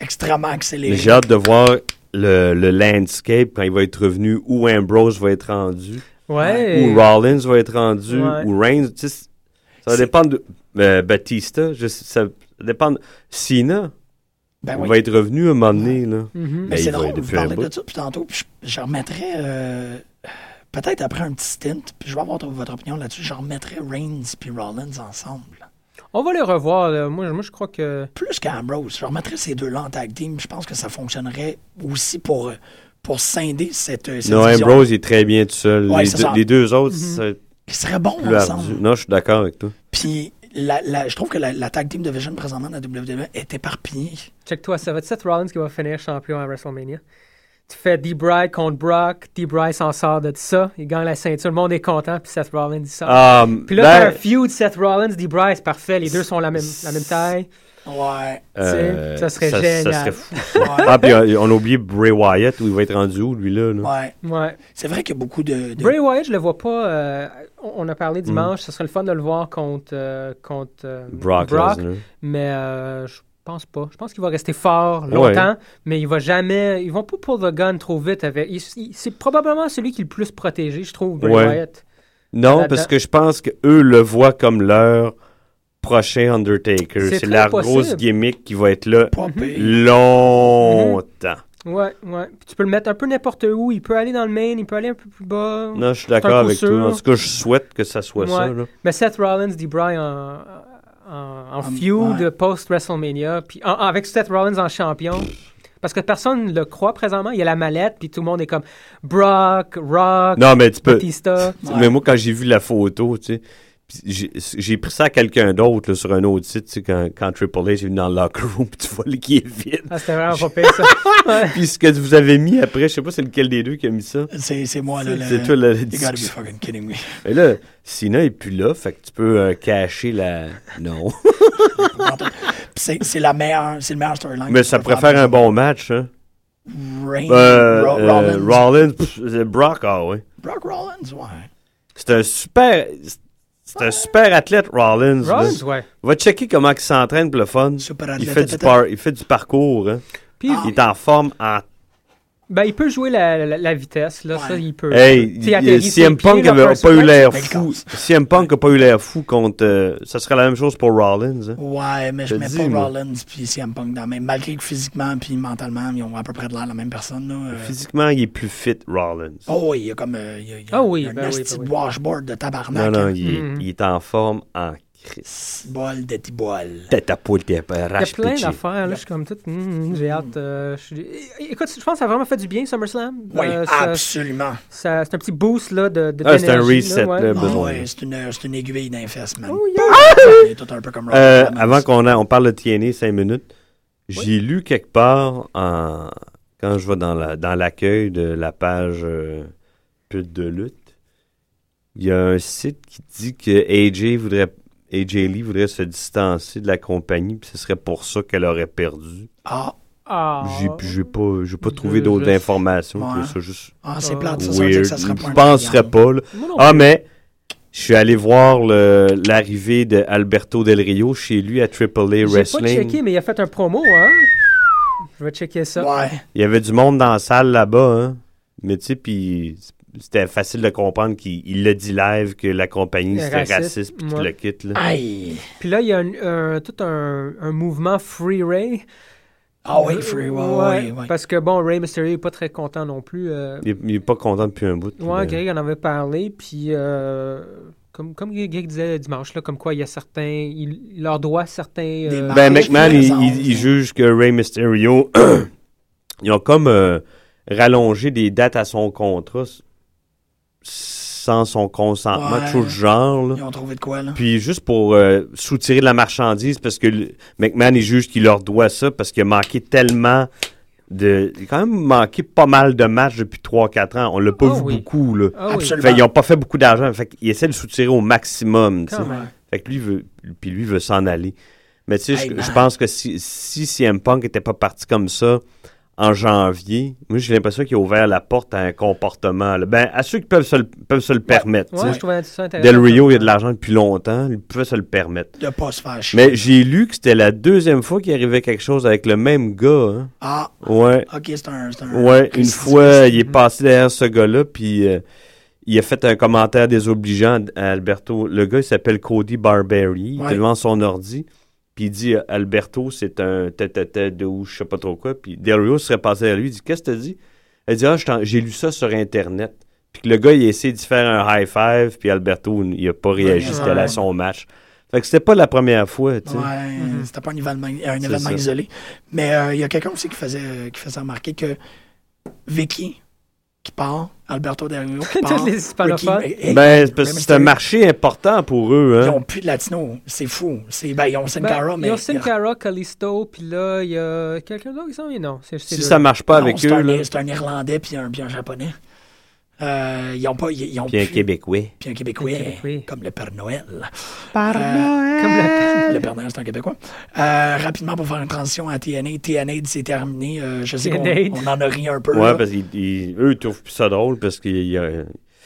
extrêmement accélérés.
Mais J'ai hâte de voir le, le landscape quand il va être revenu, où Ambrose va être rendu,
Ouais.
où Rollins va être rendu,
Ouais.
où Reigns. tu sais, c- Ça va
C'est-
dépendre de euh, Batista. je sais- ça va dépendre. Cena.
Ben
On
oui.
va être revenu un moment donné, là.
Mhm.
Mais
Ben,
c'est
il va
drôle,
depuis
vous
un
parlez
bout.
de ça, puis tantôt, puis je, je remettrais, euh, peut-être après un petit stint, puis je vais avoir votre opinion là-dessus, je remettrais Reigns puis Rollins ensemble.
On va les revoir. là. Moi, je- moi, je crois que.
Plus qu'Ambrose, je remettrais ces deux-là en tag team, je pense que ça fonctionnerait aussi pour, euh, pour scinder cette, euh, cette
Non,
division.
Ambrose il est très bien tout seul.
Ouais,
les,
c'est
deux-
ça. Mm-hmm.
les deux autres, c'est
Ils seraient bons
plus
ensemble.
ardu. Non, je suis d'accord avec toi.
Puis la, la- je trouve que la, la tag team division présentement de la WWE est éparpillée.
Check-toi, ça va être Seth Rollins qui va finir champion à WrestleMania. Tu fais D-Bry contre Brock, D-Bry s'en sort de ça, il gagne la ceinture, le monde est content, puis Seth Rollins, il sort.
Ah,
euh, puis là, t'as un
ben,
feud Seth Rollins, D-Bry, c'est parfait, les deux sont la même, la même taille.
Ouais.
euh,
tu sais, ça serait
Ça
génial.
serait fou.
Ouais.
Ah, puis euh, on a oublié Bray Wyatt, où il va être rendu où, lui-là? là?
ouais.
Ouais.
C'est vrai qu'il y a beaucoup de. de-
Bray Wyatt, je le vois pas. euh, on on a parlé dimanche, ce serait le fun de le voir contre, euh, contre euh,
Mm. Brock,
Brock
Lesnar.
mais euh, je pense pas. Je pense qu'il va rester fort longtemps, mais il va jamais. Ils vont pas pour the gun trop vite. Avec, il- il- c'est probablement celui qui est le plus protégé, je trouve, Bray
Ouais.
Wyatt.
Non,
Là-dedans.
parce que je pense que eux le voient comme leur prochain Undertaker.
C'est
C'est
très
la
possible.
grosse gimmick qui va être là
Pas pire.
Mm-hmm. longtemps.
Ouais, ouais. Puis tu peux le mettre un peu n'importe où. Il peut aller dans le main, il peut aller un peu plus bas.
Non, je suis
C'est
d'accord
un
avec
coup
toi.
sûr.
En tout cas, je souhaite que ça soit ça.
Ouais.
là.
Mais Seth Rollins, D-Bry en, en, en feud
ouais.
post-WrestleMania, puis en- en- avec Seth Rollins en champion. Parce que personne ne le croit présentement. Il y a la mallette, puis tout le monde est comme Brock, Rock,
Non, mais tu peux.
Batista.
tu- Mais moi, quand j'ai vu la photo, tu sais, pis j'ai- j'ai pris ça à quelqu'un d'autre là, sur un autre site, tu sais, quand, quand Triple H est venu dans le locker room, pis tu vois le qui est vide.
Ah, c'était vraiment pas pire, ça.
Puis ce que vous avez mis après, je sais pas c'est lequel des deux qui a mis ça.
C'est c'est moi, là. le-
C'est toi la, la
You gotta be
discussion.
fucking kidding me.
Et là, Sina est plus là, fait que tu peux euh, cacher la. Non.
Puis C'est c'est la meilleure, c'est le meilleur storyline.
Mais ça préfère un bon match, hein.
Reigns,
Euh,
Ro-
euh,
Rollins.
Rollins, pff, euh, Brock, ah ouais.
Brock Rollins, ouais.
C'est un super. C'est un super athlète, Rollins. là.
Rollins, ouais.
Va checker comment il s'entraîne pour le fun.
Super
il,
athlète, Ah.
fait du
athlète.
par- il fait du parcours. hein.
Puis
Il est en forme en.
ben, il peut jouer la, la- la vitesse, là,
Ouais.
ça, il peut.
Hey,
Euh, Tu sais,
il-
atterrir
il-
ses
CM
pieds,
Punk
là,
n'a
faire un
pas eu
suplex.
l'air
Mais il
fou.
casse.
CM Punk n'a pas eu l'air fou contre. euh, ça serait la même chose pour Rollins. hein.
Ouais, mais je
Je
mets
dis,
pas
moi.
Rollins puis CM Punk dans la même. Malgré que physiquement puis mentalement, ils ont à peu près de l'air la même personne, là. euh.
Physiquement, il est plus fit, Rollins.
Oh, oui, il y a comme. euh, il y a- il y a
Ah oui,
un
ben oui,
esti
ben oui.
de washboard de
Non,
tabarnak.
non,
hein.
il, est-
Mhm.
il est en forme en crise.
Bol de tibol.
Euh,
Tête à poule, t'es
Il y a
rache
plein d'affaires, là, je suis comme tout. hum,
Mm.
hum, j'ai hâte. euh, je suis- é- Écoute, je pense que ça a vraiment fait du bien, SummerSlam.
Oui,
Euh, ça-
absolument.
ça- c'est un petit boost, là, de. de
Ah, c'est un
d'énergie,
reset,
ouais.
là, ben,
Ah
besoin.
ouais, c'est une, c'est une aiguille d'un fesse, man.
Oh, yeah.
On est tout un peu comme Rollins.
Euh,
man.
avant qu'on a- on parle de TNA 5 minutes, j'ai lu quelque part en- quand je vais dans la- dans l'accueil de la page euh, pute de lutte, il y a un site qui dit que AJ voudrait AJ Lee voudrait se distancer de la compagnie, puis ce serait pour ça qu'elle aurait perdu.
Ah,
Ah.
J'ai j'ai pas j'ai pas trouvé
Je-
d'autres
je-
informations
Ouais.
que ça juste
ah,
Ah.
c'est plate, ça, ça veut dire
weird.
que ça serait pas
Je
un
penserais
triangle.
pas. là.
Moi non
Ah, mais je suis allé voir le- l'arrivée de Alberto Del Rio chez lui à AAA
J'ai pas checké,
Wrestling.
mais il a fait un promo, hein? Je vais checker ça.
Ouais.
Il y avait du monde dans la salle là-bas, hein. Mais tu sais, puis c'était facile de comprendre qu'il il l'a dit live que la compagnie c'était
Raciste,
raciste, puis tout
ouais.
le kit, là.
Aïe.
Puis là, il y a un- un- tout un, un mouvement Free Ray.
Ah oui, Free Will, ouais, ouais.
Parce que, bon, Ray Mysterio n'est pas très content non plus. euh,
Il, est- il est pas content depuis un bout.
Ouais,
mais-
Greg en avait parlé, puis euh, comme, comme Greg disait dimanche, là, comme quoi il y a certains, il leur doit certains...
Des
euh,
marques.
Ben, McMahon, il,
raison,
il- il
hein.
juge que Ray Mysterio, ils ont comme euh, rallongé des dates à son contrat s- sans son consentement,
Ouais.
quelque chose du genre. là.
Ils ont trouvé de quoi, là?
Puis juste pour euh, soutirer de la marchandise, parce que le- McMahon, il juge qu'il leur doit ça, parce qu'il a manqué tellement de... Il a quand même manqué pas mal de matchs depuis 3-4 ans. On l'a pas
Ah
vu
oui.
beaucoup, là.
ah oui.
Absolument.
Fait, Ben, ils ont pas fait beaucoup d'argent. Fait qu'il essaie de soutirer au maximum. tu sais.
Quand même.
Fait que lui veut, puis lui veut s'en aller. Mais tu sais,
Hey,
je-
man.
je pense que si, si CM Punk était pas parti comme ça en janvier, moi j'ai l'impression qu'il a ouvert la porte à un comportement. là. Ben, à ceux qui peuvent se le, peuvent se le permettre. tu sais.
Ouais, je trouvais ça intéressant.
Del Rio, il y a de l'argent depuis longtemps, il pouvait se le permettre.
De pas se faire chier.
Mais j'ai lu que c'était la deuxième fois qu'il arrivait quelque chose avec le même gars. hein.
Ah,
Ouais.
ok, c'est un. c'est un-
Ouais, une
Christ-
fois, il est passé derrière ce gars-là, puis euh, il a fait un commentaire désobligeant à Alberto. Le gars, il s'appelle Cody Barberi. Il
Ouais.
était devant son ordi. Puis il dit euh, Alberto, c'est un tête-à-tête de ou je sais pas trop quoi. Puis Del Rio serait passé à lui. Il dit Qu'est-ce que t'as dit Elle dit Ah, je t'en- j'ai lu ça sur Internet. Puis que le gars, il a essayé de faire un high five. Puis Alberto, il a pas réagi.
Ouais.
C'était là son match. Fait que c'était pas la première fois, tu sais. Mm-hmm.
Ouais, c'était pas un événement, un
C'est
événement
ça.
isolé. Mais euh, il y a quelqu'un aussi qui faisait, euh, qui faisait remarquer que Vicky, qui part, Alberto Del Rio, qui part,
Tous les hispanophones.
Ricky, eh, eh,
Ben, c'est parce
Rey
que c'est un
Mysterio,
marché important pour eux,
Ils
hein.
ont plus de latinos. C'est fou. C'est, ben, ils ont Sin
Ben,
Cara, mais...
Il y a Sincara, Callisto, puis là, il y a quelqu'un d'autre qui s'en vient. Non, c'est c'est
Si
deux.
ça marche pas
Non,
avec
c'est
eux,
un-
là.
C'est un Irlandais puis un, puis un Japonais. Euh, ils ont pas... Ils, ils ont
Puis un
plus-
Québécois.
Puis un Québécois,
Un Québécois.
comme le Père Noël. Euh,
Par
Comme le-
Le Père Noël, c'est un Québécois. Euh, rapidement, pour faire une transition à TNA, TNA, c'est terminé. Euh, je sais qu'on
TNA.
on en a ri un peu. là.
Ouais, ben, parce qu'eux, ils trouvent plus ça drôle parce qu'il y a.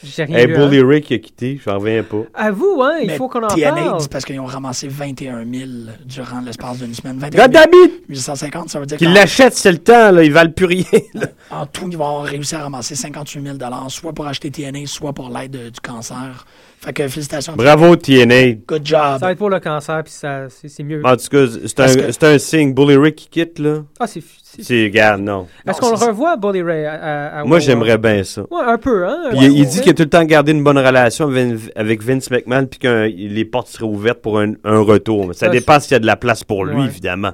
J'ai rien
Hey,
vu,
Bully
hein.
Rick a quitté, j'en reviens pas.
À vous, hein, il
Mais
faut qu'on en
TNA,
parle.
c'est parce qu'ils ont ramassé 21 000 durant l'espace d'une semaine. 21
Goddammit!
850, ça veut dire
Qu'il
qu'en
l'achète, c'est le temps, là, ils valent plus rien. là.
en tout, ils vont avoir réussi à ramasser 58 000 soit pour acheter TNA, soit pour l'aide euh, du cancer. Fait que félicitations.
Bravo, TNA.
Good job.
Ça va être pour le cancer, puis ça, c'est c'est mieux.
En tout cas, c'est un,
Parce que-
c'est un signe. Bully Rick qui quitte, là.
Ah, c'est. c'est-
C'est, regarde, non.
Est-ce
Non,
qu'on le
c'est-
revoit, Bully Ray? à- à- à
Moi,
World
j'aimerais
War?
bien ça.
Ah, Ouais, un peu, hein.
Puis
ouais,
il, il
ouais.
dit qu'il a tout le temps gardé une bonne relation avec Vin- avec Vince McMahon, puis que euh, les portes seraient ouvertes pour un, un retour. Mais ça
Ça,
dépend s'il y a de la place pour lui,
Ouais.
évidemment,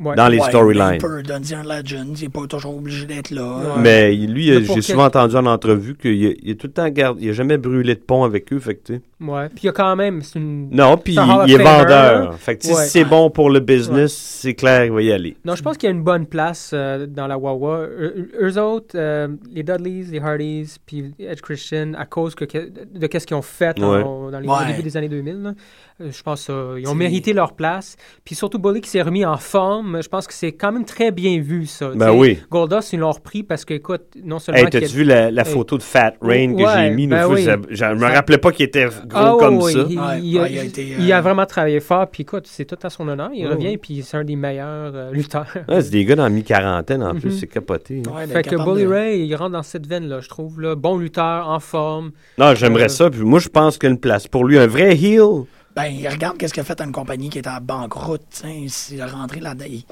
Ouais.
dans les
Ouais,
storylines.
Piper, Dundee and Legend, il n'est pas toujours obligé d'être là.
Ouais.
Mais lui, euh,
Mais pour
j'ai
que-
souvent entendu en entrevue qu'il a, il a tout le temps gardé, il a jamais brûlé de pont avec eux, fait que, tu sais.
Ouais. Puis il y a quand même. c'est Une...
Non, puis
C'est un Hall
il est
of Famer,
vendeur.
là.
Fait que tu sais,
Ouais.
si c'est bon pour le business, c'est clair, il va y aller.
Non, je pense qu'il y a une bonne place euh, dans la Wawa. Eu- eu- eux autres, euh, les Dudleys, les Hardys, puis Edge Christian, à cause que, que- de qu'est-ce qu'ils ont fait en-
Ouais.
au- dans les
Ouais.
au début des années 2000, là, euh, je pense qu'ils ont
C'est-
mérité leur place. Puis surtout Bully qui s'est remis en forme, je pense que c'est quand même très bien vu, ça.
Ben
Tu sais,
oui.
Goldust, ils l'ont repris parce que, écoute, non seulement...
Hey,
qu'il y
t'as-tu
a-
vu la, la
Hey.
photo de Fat Rain que
Ouais,
j'ai mis?
ben
une fois,
oui.
ça- je ne me
Ça-
rappelais pas qu'il était gros
Ah, ouais,
comme
ouais,
ça.
Il,
Ouais,
il a,
ouais, il a été,
il a
euh,
vraiment travaillé fort, puis écoute, c'est tout à son honneur. Il
Ouais,
revient,
ouais.
puis c'est un des meilleurs euh, lutteurs.
Ouais, c'est des gars dans la mi-quarantaine,
Mhm.
en plus, c'est capoté. hein.
Ouais, d'être
Fait que
capable
Bully
de-
Ray, il rentre dans cette veine-là, je trouve. Là. Bon lutteur, en forme.
Non, j'aimerais
Euh,
ça. Puis moi, je pense qu'une place pour lui, un vrai heel.
Ben, il regarde qu'est-ce qu'a fait une compagnie qui est en banqueroute. t'sais. Il est rentré là-dedans. Il,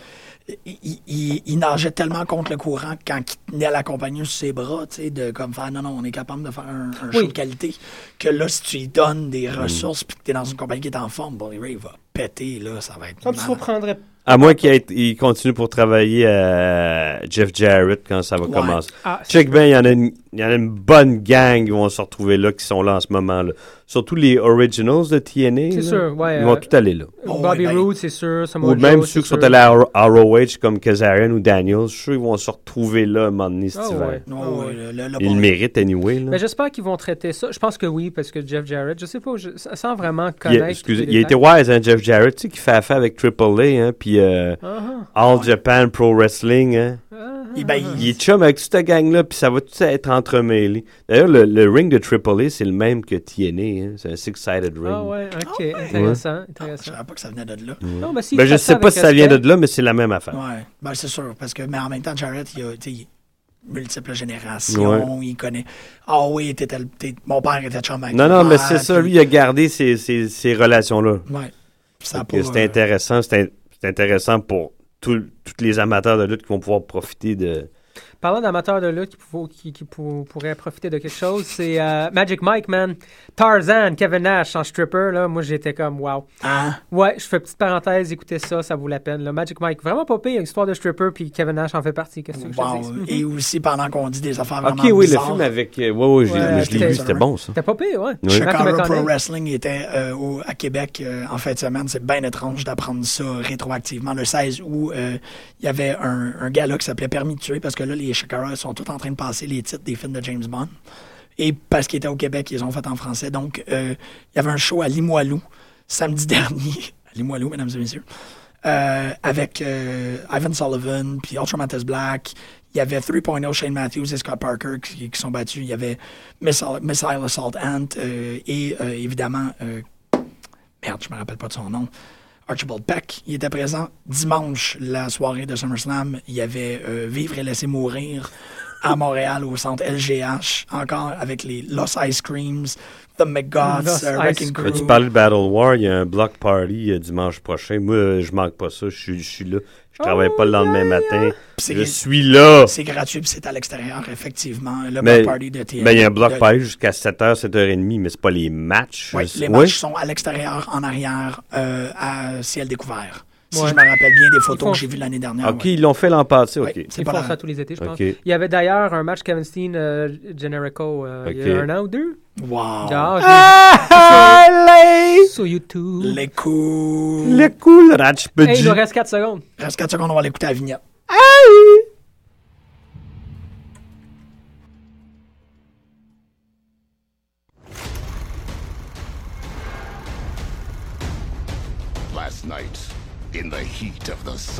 il, il- il nageait tellement contre le courant que quand il tenait la compagnie sous ses bras, t'sais, de comme faire non, non, on est capable de faire un, un show
Oui.
de qualité. Que là, si tu lui donnes des ressources puis que t'es dans une compagnie qui est en forme, Bully Ray va péter, là, ça va être.
Ça me
malade.
surprendrait.
À moins qu'il ait- il continue pour travailler à Jeff Jarrett quand ça va
Ouais.
commencer.
Ah,
Check bien, il y, en a une- il y en a une bonne gang qui vont se retrouver là, qui sont là en ce moment. là Surtout les originals de TNA.
C'est
là.
sûr, ouais,
Ils vont
euh,
tout aller là.
Oh,
Bobby
ouais, ben-
Roode, c'est sûr. Samoa
Ou même
Joe,
ceux qui
c'est
sont
sûr.
allés à à ROH comme Kazarian ou Daniels, je suis sûr qu'ils vont se retrouver là un moment donné cet
Ah,
hiver.
ouais.
Non,
Ah, ouais.
le- le- le
Ils
bon-
le méritent anyway. Là.
Mais j'espère qu'ils vont traiter ça. Je pense que oui, parce que Jeff Jarrett, je sais pas, je- sans vraiment
Il
connaître.
a, excusez,
les
il a été
détails.
wise, hein, Jeff Jarrett, tu sais, qui fait affaire avec Triple A, hein, puis euh,
Ah,
All Japan Pro Wrestling. Hein.
il- ben, il-
Il est chum avec toute ta gang-là, puis ça va tout être entremêlé. D'ailleurs, le, le ring de Triple A, c'est le même que TNA. hein, C'est un six-sided ring.
ah ouais, ok, intéressant,
Ah, je
intéressant.
savais pas que ça venait de là.
Non, mais s'il
Ben, je
fait
sais pas
avec
si ça vient de
respect-
là, mais c'est la même affaire.
Ouais, ben c'est sûr, parce que mais en même temps, Jarrett, il a t'sais, il- multiples générations, il connaît. Ah oui, t'es tel- t'es- mon père était chum avec
Non,
ton
non, mais
père,
c'est ça.
puis-
Lui, il a gardé ces, ces- ces relations-là.
Ouais. Ça a
Fait
pas,
que C'est
euh,
intéressant. C'est in- c'est intéressant pour tous tous les amateurs de lutte qui vont pouvoir profiter de.
Parlant d'amateurs de lutte qui, pou- qui- qui pou- pourraient profiter de quelque chose, c'est euh, Magic Mike, man. Tarzan, Kevin Nash en stripper, là, moi j'étais comme, wow.
hein?
Ouais, je fais petite parenthèse, écoutez ça, ça vaut la peine. Le Magic Mike, vraiment pas pire, histoire de stripper, puis Kevin Nash en fait partie. Qu'est-ce que tu veux que je te
Wow.
dise?
Et aussi, pendant qu'on dit des affaires vraiment
Ok, oui, le
bizarres,
film avec. euh, ouais, ouais, je l'ai-
Ouais,
je l'ai
c'était-
vu, c'était bon, ça.
T'es pas pire, ouais.
Oui.
Malcolm
Chicago Pro
McConnell.
Wrestling était euh, au- à Québec euh, en fin de semaine. C'est bien étrange d'apprendre ça rétroactivement. Le 16 où euh, il y avait un, un gala qui s'appelait Permis de tuer parce que là, les Shakara sont tous en train de passer les titres des films de James Bond. Et parce qu'ils étaient au Québec, ils ont fait en français. Donc, euh, il y avait un show à Limoilou samedi dernier. à Limoilou, mesdames et messieurs. Euh, avec euh, Ivan Sullivan, puis Ultramantis Black. Il y avait 3.0 Shane Matthews et Scott Parker qui, qui sont battus. Il y avait Missile, Missile Assault Ant euh, et euh, évidemment, euh, merde, je me rappelle pas de son nom, Archibald Peck. Il était présent dimanche, la soirée de SummerSlam. Il y avait euh, Vivre et laisser mourir. à Montréal au centre LGH, encore avec les Los Ice Creams, The
Los
McGods, euh,
Ice
Wrecking
Cream.
Crew.
Tu parlais de Battle War, il y a un block party euh, dimanche prochain. Moi, euh, je manque pas ça. Je suis- je suis là. Je travaille pas le lendemain matin.
Oh, C'est-
Je suis là.
C'est gratuit, puis c'est à l'extérieur, effectivement. Le
Mais-
block party de TNA.
Mais Ben, il y a un block
de-
party jusqu'à 7h, 7h30, mais c'est pas les matchs.
Ouais,
C'est-
les
ouais.
matchs sont à l'extérieur, en arrière, euh, à ciel découvert. Si
Ouais.
je me rappelle bien des photos
font-
que j'ai vues l'année dernière.
OK,
ouais.
ils l'ont fait l'an passé. OK.
Ouais, c'est
Ils
pas
font
la-
ça tous les étés, je pense.
OK.
Il y avait d'ailleurs un match Kevin Steen euh, Generico euh, il y a
Ok.
un an ou deux.
Wow.
Ah,
Allez!
sur YouTube.
Les coups.
Le cool ratch
Hey,
petit.
il nous reste 4 secondes.
Reste 4 secondes, on va l'écouter à la vignette.
Last night, in the heat of the sun.